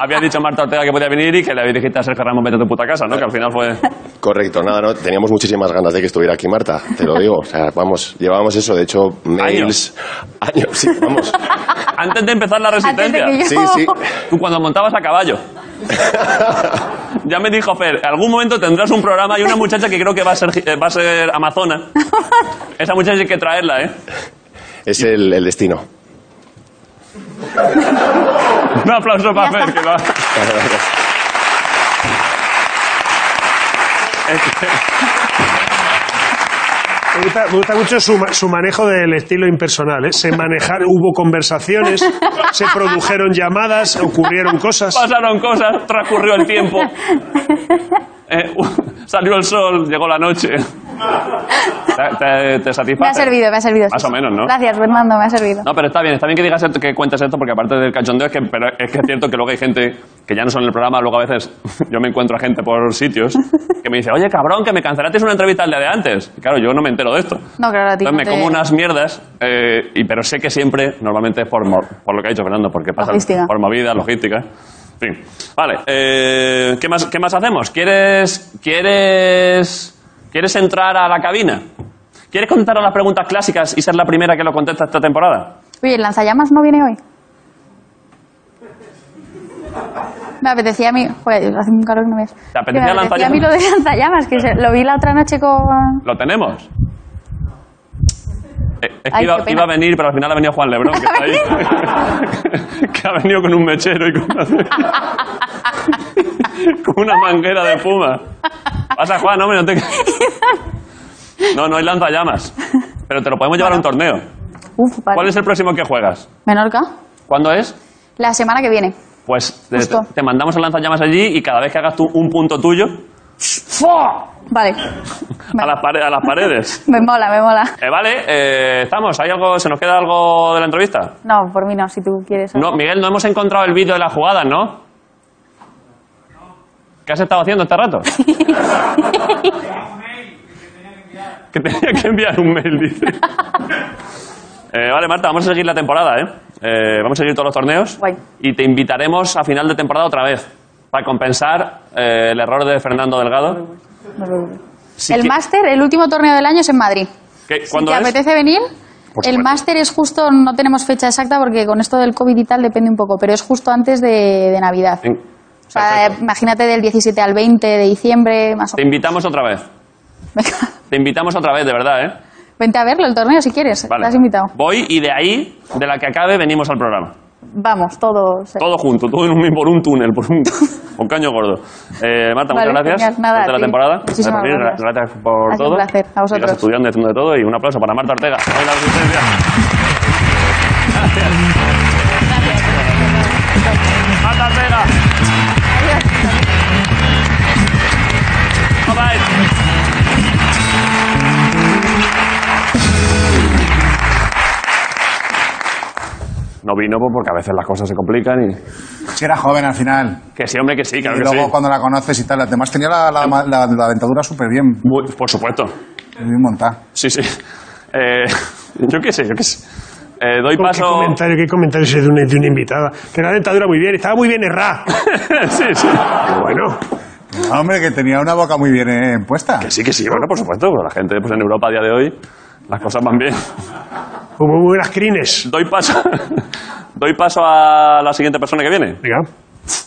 B: había dicho Marta Ortega que podía venir y que le dijiste a Sergio Ramos, vete a tu puta casa, ¿no? Que al final fue.
H: Correcto, nada, no, teníamos muchísimas ganas de que estuviera aquí Marta, te lo digo, o sea, vamos, llevábamos eso, de hecho, mails, años, sí, vamos,
B: Antes de empezar la
F: Antes de
B: resistencia.
F: que yo.
H: *laughs* sí, sí.
B: Tú cuando montabas a
F: *laughs*
B: caballo. Ya me dijo Fer, algún momento tendrás un programa y una muchacha que creo que va a ser, eh, va a ser
F: *laughs*
B: amazona. Esa muchacha hay que traerla, ¿eh?
H: es el, el destino.
B: Un aplauso para
F: Ya
B: Fer. Que lo ha-
C: Me gusta, me gusta mucho su, ma- su manejo del estilo impersonal. ¿eh? Se manejar, hubo conversaciones, se produjeron llamadas, ocurrieron cosas.
B: Pasaron cosas,
F: *laughs*
B: transcurrió el tiempo. Eh, u- salió el sol, llegó la noche. ¿Te, te, te satisface?
F: *laughs* Me ha servido, me ha servido.
B: Más
F: sí,
B: o
F: sí.
B: menos, ¿no?
F: Gracias, Fernando, me ha servido.
B: No, pero está bien, está bien que digas esto, que cuentes esto, porque aparte del cachondeo, es que, pero es que es cierto que luego hay gente que ya no son en el programa, luego a veces *laughs* yo me encuentro a gente por sitios que me dice, oye, cabrón, que me cancelaste una entrevista al día de antes. Y claro, yo no me entero de esto.
F: No, claro, a ti
B: Entonces
F: no
B: me
F: te-
B: como unas mierdas, eh, y, pero sé que siempre, normalmente es por, mo- por lo que ha dicho Fernando, porque pasa
F: Logística.
B: por movida, logística. En fin. Vale, eh, ¿qué, más, ¿qué más hacemos? ¿Quieres, quieres, ¿Quieres entrar a la cabina? ¿Quieres contarnos las preguntas clásicas y ser la primera que lo contesta esta temporada?
F: Oye, ¿el lanzallamas no viene hoy? Me apetecía a mí... Joder, hace un calor que no me...
B: ¿Te apetecía
F: Que me apetecía a mí lo de lanzallamas, que se- lo vi la otra noche con...
B: ¿Lo tenemos? Eh, Es que
F: Ay,
B: iba,
F: qué pena.
B: iba a venir, pero al final ha venido Juan Lebrón,
F: *laughs*
B: que está ahí. *laughs* que ha venido con un mechero y con una, *laughs* con una manguera de puma. Pasa, Juan, hombre, no
F: *laughs*
B: te... No, no hay lanzallamas. Pero te lo podemos llevar a un torneo.
F: Uf, vale.
B: ¿Cuál es el próximo que juegas?
F: Menorca.
B: ¿Cuándo es?
F: La semana que viene.
B: Pues te,
F: Justo.
B: te mandamos el lanzallamas allí y cada vez que hagas tú un punto tuyo,
F: Vale.
B: a las, pare- a las paredes.
F: Me mola, me mola.
B: Eh, vale, eh, estamos. ¿Hay algo, ¿Se nos queda algo de la entrevista?
F: No, por mí no, si tú quieres.
B: No, Miguel, no hemos encontrado el vídeo de la jugada, ¿no? ¿Qué has estado haciendo este rato? que tenía que enviar un mail, dice. Eh, vale, Marta, vamos a seguir la temporada, ¿eh? Eh, Vamos a seguir todos los torneos.
F: Guay.
B: Y te invitaremos a final de temporada otra vez, para compensar eh, el error de Fernando Delgado.
F: No te preocupes.
B: Si
F: el
B: qui-
F: máster, el último torneo del año es en Madrid.
B: ¿Qué-
F: Si
B: ¿Cuándo
F: te
B: es?
F: apetece venir,
D: Por
F: el
D: supuesto.
F: máster es justo, no tenemos fecha exacta porque con esto del COVID y tal depende un poco, pero es justo antes de, de Navidad.
B: En-
F: O sea,
B: Perfecto.
F: Eh, imagínate del 17 al 20 de diciembre, más o
B: Te
F: menos. *laughs*
B: invitamos otra vez.
F: Venga,
B: Te invitamos otra vez, de verdad, ¿eh?
F: Vente a verlo el torneo si quieres,
B: Vale.
F: estás invitado.
B: Voy y de ahí, de la que acabe, venimos al programa.
F: Vamos, todos. eh.
B: Todo junto, todo en un, por un túnel, por un, *laughs* un caño gordo. Eh, Marta,
F: Vale,
B: muchas gracias.
F: genial. Nada,
B: Durante
F: a
B: la
F: ti.
B: temporada.
F: Muchísimas
B: Gracias,
F: gracias.
B: gracias por
F: Ha sido
B: todo.
F: un placer. A vosotros.
B: Sigas estudiando, y haciendo de todo. Y un aplauso para Marta Ortega. Hoy la asistencia. Gracias. Marta Ortega. Bye bye. No vino pues porque a veces las cosas se complican y...
D: Si era joven al final.
B: Que sí, hombre, que sí, claro
D: y
B: que
D: luego
B: sí.
D: cuando la conoces y tal. Además tenía la, la, la- la dentadura súper bien,
B: Muy- por supuesto.
D: bien montada.
B: Sí, sí. Eh, yo qué sé, yo qué sé. Eh, doy
C: Con ¿Qué
B: paso.
C: comentario, qué comentario ese de una, de una invitada? Que la dentadura muy bien, estaba muy bien errada.
B: *laughs* sí, sí.
C: Bueno,
D: Ah, hombre, que tenía una boca muy bien eh, puesta.
B: Que sí, que sí. Bueno, por supuesto. pues la gente pues, en Europa a día de hoy, las cosas van bien.
C: como muy buenas crines.
B: Doy paso. *laughs* doy paso a la siguiente persona que viene.
C: Venga,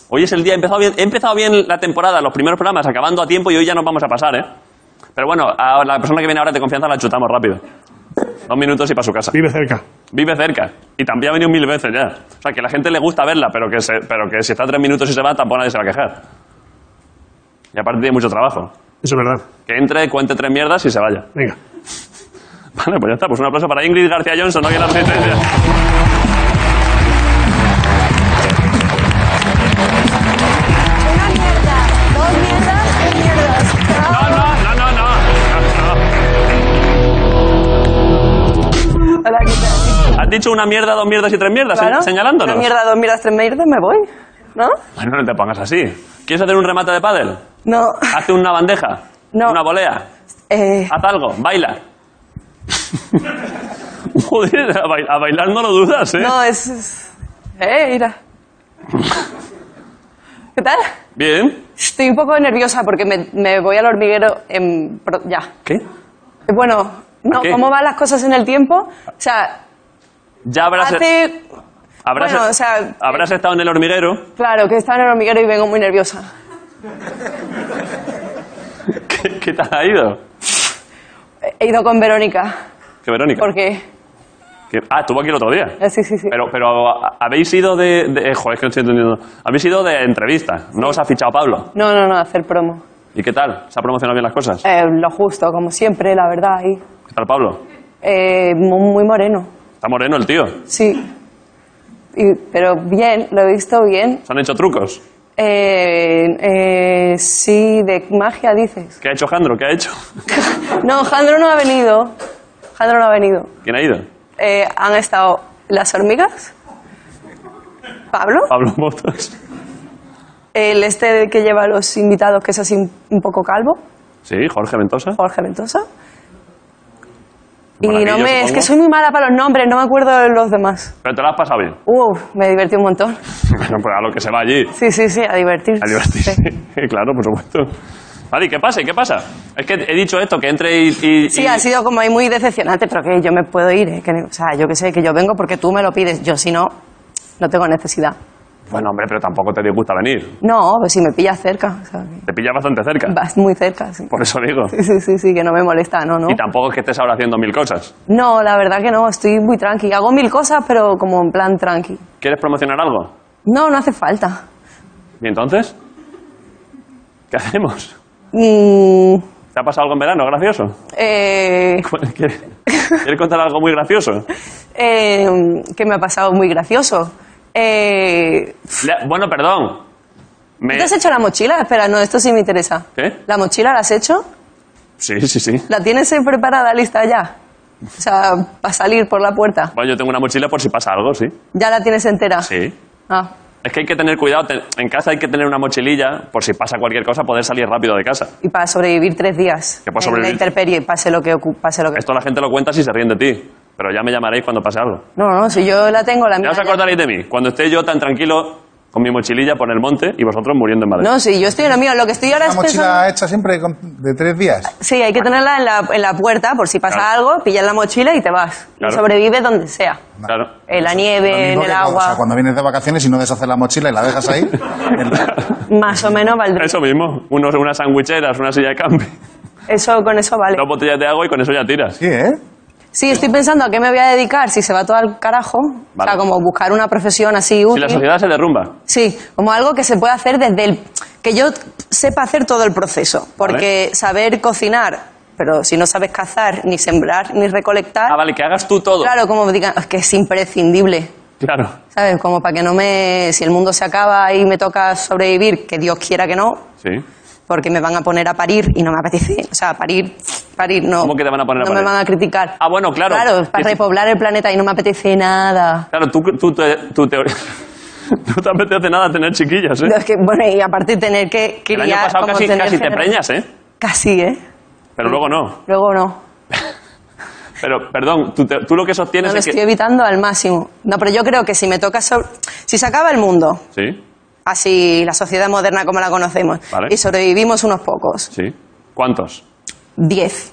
B: Hoy es el día. He empezado bien, he empezado bien la temporada, los primeros programas, acabando a tiempo y hoy ya nos vamos a pasar, ¿eh? Pero bueno, a la persona que viene ahora de confianza la chutamos rápido. Dos minutos y para su casa.
C: vive cerca.
B: Vive cerca. Y también ha venido mil veces ya. O sea, que a la gente le gusta verla, pero que, se- pero que si está tres minutos y se va, tampoco nadie se va a quejar. Y aparte tiene mucho trabajo.
C: Eso es verdad.
B: Que entre, cuente tres mierdas y se vaya.
C: Venga.
B: Vale, pues ya está. Pues un aplauso para Ingrid García Johnson, hoy en la asistencia.
G: Una mierda, dos mierdas, tres mierdas.
B: No, no, no, no, no.
H: Hola, ¿qué tal?
B: Has dicho una mierda, dos mierdas y tres mierdas, se-
H: Claro.
B: señalándonos.
H: Una mierda, dos mierdas, tres mierdas, me voy. ¿No?
B: Bueno, no te pongas así. ¿Quieres hacer un remate de pádel?
H: No.
B: Hazte una bandeja.
H: No.
B: Una volea.
H: Eh,
B: Haz algo, baila. Joder, a, bail- a bailar no lo dudas, ¿eh?
H: no, es, es- Eh, mira. ¿Qué tal?
B: Bien.
H: Estoy un poco nerviosa porque me, me voy al hormiguero en... pro- ya.
B: ¿Qué?
H: Bueno, no,
B: qué?
H: ¿cómo van las cosas en el tiempo? O sea,
B: Ya habrás,
H: hace...
B: habrás,
H: bueno, o sea- eh,
B: habrás estado en el hormiguero. *laughs*
H: Claro, que estaba en el hormiguero y vengo muy nerviosa.
B: ¿Qué, qué tal ha ido?
H: He ido con Verónica
B: Que Verónica.
H: porque...
B: Que- ah, estuvo aquí el otro día.
H: eh, Sí, sí, sí.
B: Pero, pero ¿ha- habéis ido de, de- eh, Joder, es que no estoy entendiendo. Habéis ido de entrevista. No os ha fichado Pablo.
H: No, no, no, hacer promo.
B: ¿Y qué tal? ¿Se ha promocionado bien las cosas?
H: Eh, lo justo, como siempre, la verdad. ahí.
B: ¿Qué tal, Pablo?
H: Eh, mu- muy moreno.
B: Está moreno el tío.
H: Sí. Y- pero bien, lo he visto bien.
B: Se han hecho trucos.
H: Eh, eh, sí, de magia dices.
B: ¿Qué ha hecho Jandro? ¿Qué ha hecho?
H: No, Jandro no ha venido. Jandro no ha venido.
B: ¿Quién ha ido?
H: Eh, han estado las hormigas. Pablo.
B: Pablo Motos.
H: El este que lleva a los invitados, que es así un un poco calvo.
B: Sí, Jorge Ventosa.
H: Jorge Ventosa. Y
B: Monaguillo,
H: no me, es
B: supongo.
H: que soy muy mala para los nombres, no me acuerdo de los demás.
B: Pero te lo has pasado bien.
H: Uf, me divertí un montón.
B: Bueno, pues a lo que se va allí.
H: Sí, sí, sí, a divertir.
B: A divertirse. *laughs* claro, por supuesto. Vale, ¿y qué pasa? ¿Y ¿Qué pasa? Es que he dicho esto, que entre y... y-
H: Sí,
B: y-
H: ha sido como ahí muy decepcionante, pero que yo me puedo ir. eh, que, o sea, yo que sé, que yo vengo porque tú me lo pides. Yo, si no, no tengo necesidad.
B: Bueno, hombre, pero tampoco te disgusta venir.
H: No, pues si me pillas cerca. o sea, que
B: Te pilla bastante cerca.
H: vas muy cerca, sí.
B: Por eso digo.
H: Sí, sí, sí, sí, que no me molesta, *laughs* no, no.
B: Y tampoco es que estés ahora haciendo mil cosas.
H: No, la verdad que no, estoy muy tranqui. Hago mil cosas, pero como en plan tranqui.
B: ¿Quieres promocionar algo?
H: No, no hace falta.
B: ¿Y entonces? ¿Qué hacemos?
H: Mm,
B: ¿Te ha pasado algo en verano gracioso?
H: eh,
B: ¿Cu- *laughs* ¿Quieres, quieres contar algo muy gracioso?
H: eh, que me ha pasado muy gracioso. Eh,
B: Le- bueno, perdón. Me- ¿Eh?
H: ¿Tú te has hecho la mochila? Espera, no, esto sí me interesa.
B: ¿Qué?
H: ¿La mochila la has hecho?
B: Sí, sí, sí.
H: ¿La tienes eh, preparada, lista ya? O sea, para salir por la puerta.
B: Bueno, yo tengo una mochila por si pasa algo, sí.
H: ¿Ya la tienes entera?
B: Sí.
H: Ah,
B: Es que hay que tener cuidado. te- En casa hay que tener una mochililla por si pasa cualquier cosa, poder salir rápido de casa.
H: y para sobrevivir tres días.
B: Que para
H: en la
B: sobrevivir-
H: intemperie, pase lo que ocu- pase lo que.
B: Esto la gente lo cuenta si se ríen de ti. Pero ya me llamaréis cuando pase algo.
H: No, no, si yo la tengo, la
B: Ya
H: mía.
B: os acordaréis de mí. Cuando esté yo tan tranquilo con mi mochililla por el monte y vosotros muriendo en Madrid.
H: No, si yo estoy en la mía. Lo que estoy ahora
D: Una
H: es
D: mochila eh.
H: pensando...
D: hecha siempre con- de tres días.
H: Sí, hay que tenerla en la, en la puerta por si pasa
B: Claro.
H: algo, pillas la mochila y te vas. Y
B: Claro.
H: sobrevives donde sea.
B: Claro.
H: En la
D: Lo
H: nieve, en
D: mismo
H: el
D: que cuando- o
H: agua.
D: sea, cuando vienes de vacaciones y no deshaces la mochila y la dejas
H: *laughs*
D: ahí.
H: Más o menos valdría.
B: *laughs*
H: Eso,
B: Eso mismo. Unos, unas sandwicheras, una silla de camping,
H: con eso vale.
B: dos botellas de agua y con eso ya tiras.
D: Sí, ¿eh?
H: Sí, estoy pensando a qué me voy a dedicar si se va todo al carajo. O
B: Vale.
H: sea, como buscar una profesión así
B: Si
H: útil.
B: la sociedad se derrumba.
H: Sí, como algo que se puede hacer desde el... que yo sepa hacer todo el proceso, porque saber cocinar, pero si no sabes cazar, ni sembrar, ni recolectar,
B: Ah, vale, que hagas tú todo.
H: claro, como digan, es que es imprescindible,
B: Claro.
H: ¿sabes? Como para que no me... si el mundo se acaba y me toca sobrevivir, que Dios quiera que no,
B: Sí.
H: porque me van a poner a parir y no me apetece, o sea, parir, parir, no...
B: ¿Cómo que te van a poner a
H: No
B: parir?
H: me van a criticar.
B: Ah, bueno, claro.
H: Claro, para
B: Dice-
H: repoblar el planeta y no me apetece nada.
B: Claro, tú, tú, te- tú te- *laughs* no te apetece nada tener chiquillas, ¿eh?
H: No, es que, bueno, y aparte tener que
B: El
H: criar...
B: año pasado
H: como
B: casi,
H: tener
B: casi te
H: gener-
B: preñas, ¿eh?
H: Casi, ¿eh?
B: Pero luego no.
H: Luego no.
B: Pero, perdón, tú, te- tú lo que
H: No
B: sostienes
H: lo
B: es que...
H: estoy evitando al máximo. No, pero yo creo que si me toca sobre- Si se acaba el mundo,
B: Sí,
H: así la sociedad moderna como la conocemos,
B: Vale.
H: y sobrevivimos unos pocos,
B: sí. ¿Cuántos?
H: diez,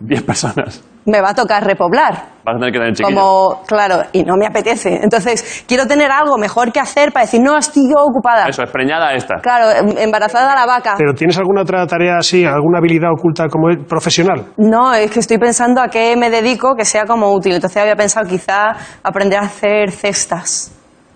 B: Diez personas.
H: me va a tocar repoblar.
B: Vas a tener que tener chiquillas.
H: Como, claro, y no me apetece. Entonces, quiero tener algo mejor que hacer para decir, no, estoy yo ocupada.
B: Eso, es preñada esta.
H: Claro, em- embarazada la vaca.
C: ¿Pero tienes alguna otra tarea así, alguna habilidad oculta como profesional?
H: No, es que estoy pensando a qué me dedico que sea como útil. Entonces había pensado quizá aprender a hacer cestas.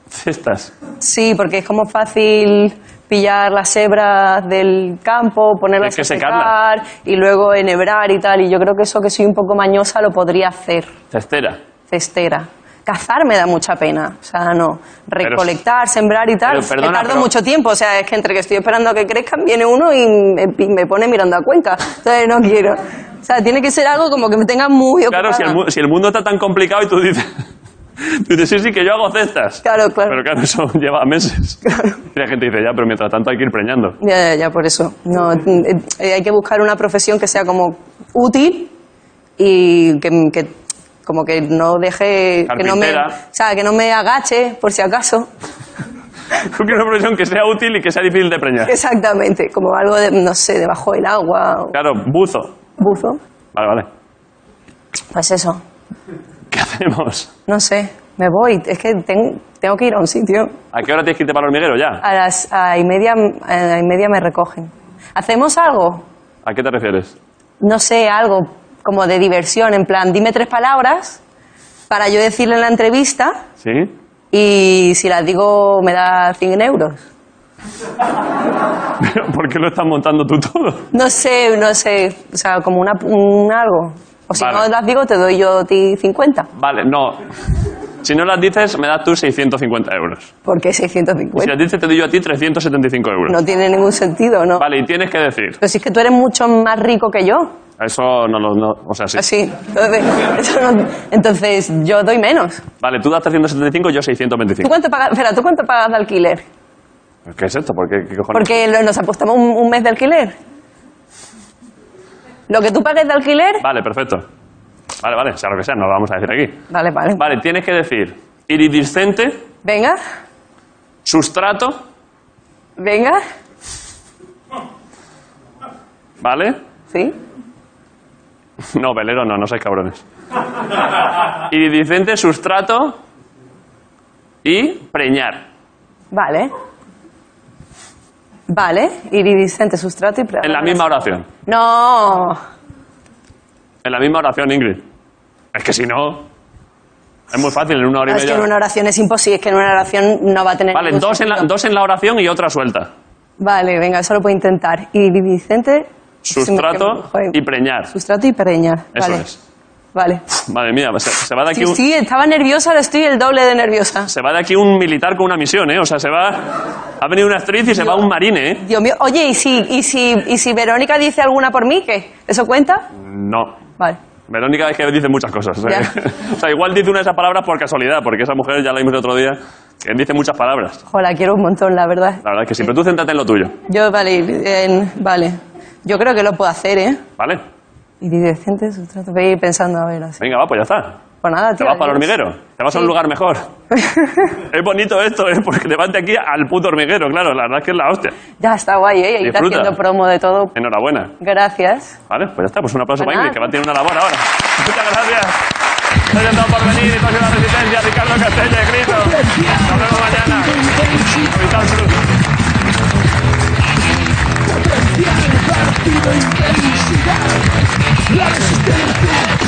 B: Cestas.
H: Sí, porque es como fácil pillar las hebras del campo, ponerlas
B: Hay que
H: a
B: secarlas.
H: secar y luego enhebrar y tal. Y yo creo que eso que soy un poco mañosa lo podría hacer,
B: Cestera.
H: cestera. Cazar me da mucha pena, o sea, no. Recolectar, sembrar y tal,
B: pero perdona,
H: me tardo
B: pero-
H: mucho tiempo, o sea, es que entre que estoy esperando a que crezcan viene uno y me, y me pone mirando a Cuenca, entonces no quiero. O sea, tiene que ser algo como que me tenga muy
B: Claro,
H: ocupada.
B: si el, mu- si el mundo está tan complicado y tú dices... *laughs* Tú dices, sí, sí, que yo hago cestas.
H: Claro, claro.
B: Pero claro, eso *laughs* lleva meses. Y la gente dice, ya, pero mientras tanto hay que ir preñando. *laughs*
H: Ya, ya, ya, por eso. No, eh, eh, hay que buscar una profesión que sea como útil y que, que como que no deje... Que no me,
B: Carpintera.
H: o sea, que no me agache, por
B: *laughs*
H: si acaso.
B: Creo que una profesión que sea útil y que sea difícil de preñar.
H: Exactamente, como algo, de, no sé, debajo del agua o
B: Claro, buzo.
H: buzo.
B: Vale, vale. *laughs*
H: Pues eso,
B: ¿Qué hacemos?
H: no sé, me voy. Es que ten- tengo que ir a un sitio.
B: ¿A qué hora tienes que irte para el hormiguero ya?
H: A las a y media, a y media me recogen. ¿Hacemos algo?
B: ¿A qué te refieres?
H: no sé, algo como de diversión, en plan, dime tres palabras para yo decirle en la entrevista
B: ¿Sí? *laughs*
H: y si las digo me da 100 euros.
B: ¿Pero ¿Por qué lo estás montando tú todo?
H: No sé, no sé, o sea, como una, un algo. O si
B: Vale.
H: no las digo, te doy yo a ti 50.
B: Vale, no. Si no las dices, me das tú 650 euros.
H: ¿Por qué
B: Y si
H: 650?
B: las dices, te doy yo a ti 375 euros.
H: No tiene ningún sentido, ¿no?
B: Vale, y tienes que decir.
H: Pero si es que tú eres mucho más rico que yo.
B: Eso no lo. No, o sea, sí.
H: Sí, entonces, *laughs* eso no- entonces yo doy menos.
B: Vale, tú das 375, yo
H: ¿Tú
B: 625.
H: cuánto pagas, espera, ¿tú cuánto pagas de alquiler?
B: ¿Qué es esto? ¿Por qué, qué cojones?
H: Porque lo- nos apostamos un, un mes de alquiler. Lo que tú pagues de alquiler...
B: Vale, perfecto. Vale, vale, sea lo que sea, no lo vamos a decir aquí.
H: Vale, vale.
B: Vale, tienes que decir iridiscente,
H: Venga,
B: sustrato,
H: venga,
B: ¿vale? *laughs*
H: sí.
B: No, velero no, no sois cabrones. Iridiscente, sustrato y preñar.
H: Vale. Vale, iridiscente, sustrato y... pre-
B: En la misma oración.
H: No,
B: En la misma oración, Ingrid. Es que si no. Es muy fácil, en una hora y
H: Ah, es que
B: media.
H: en una oración es imposible, es que en una oración no va a tener...
B: Vale,
H: ningún
B: dos en, la,
H: sentido.
B: dos en la oración y otra suelta.
H: Vale, venga, eso lo puedo intentar. Iridiscente...
B: Sustrato y preñar.
H: eh. Sustrato y preñar.
B: Eso
H: vale.
B: es.
H: Vale.
B: Madre mía, se, se va de aquí
H: Sí,
B: un,
H: sí, estaba nerviosa, ahora estoy el doble de nerviosa.
B: se va de aquí un militar con una misión, ¿eh? O sea, se va. Ha venido una actriz y se va un marine, ¿eh?
H: Dios mío, oye, ¿y si, y si, y si Verónica dice alguna por mí, qué? ¿Eso cuenta?
B: No.
H: Vale.
B: Verónica es que dice muchas cosas. ¿eh?
H: Ya.
B: *laughs* o sea, igual dice una de esas palabras por casualidad, porque esa mujer ya la vimos el otro día, que dice muchas palabras.
H: Joder, la quiero un montón, la verdad.
B: La verdad es que sí, pero tú céntrate en lo tuyo,
H: Yo, vale, en- vale. Yo creo que lo puedo hacer, ¿eh?
B: ¿vale?
H: Y direcente, sustrato. Voy a ir pensando, a ver, así.
B: Venga, va, pues ya está.
H: Pues nada, tío.
B: Te vas para el
H: adiós.
B: hormiguero, te vas a un
H: Sí.
B: lugar mejor. es bonito esto, ¿eh? Porque levante aquí al puto hormiguero, claro, la verdad es que es la hostia.
H: *laughs* Ya, está guay, ¿eh? Ahí está
B: Disfruta.
H: haciendo promo de todo.
B: Enhorabuena.
H: Gracias.
B: Vale, pues ya está, pues un aplauso
H: Pues
B: para Ingrid,
H: nada.
B: que va a tener una labor ahora. Muchas gracias. Gracias a todos por venir, esto ha sido La Resistencia, Ricardo Castella y Grito. Nos vemos mañana. Hospital Cruz.
A: La resistencia.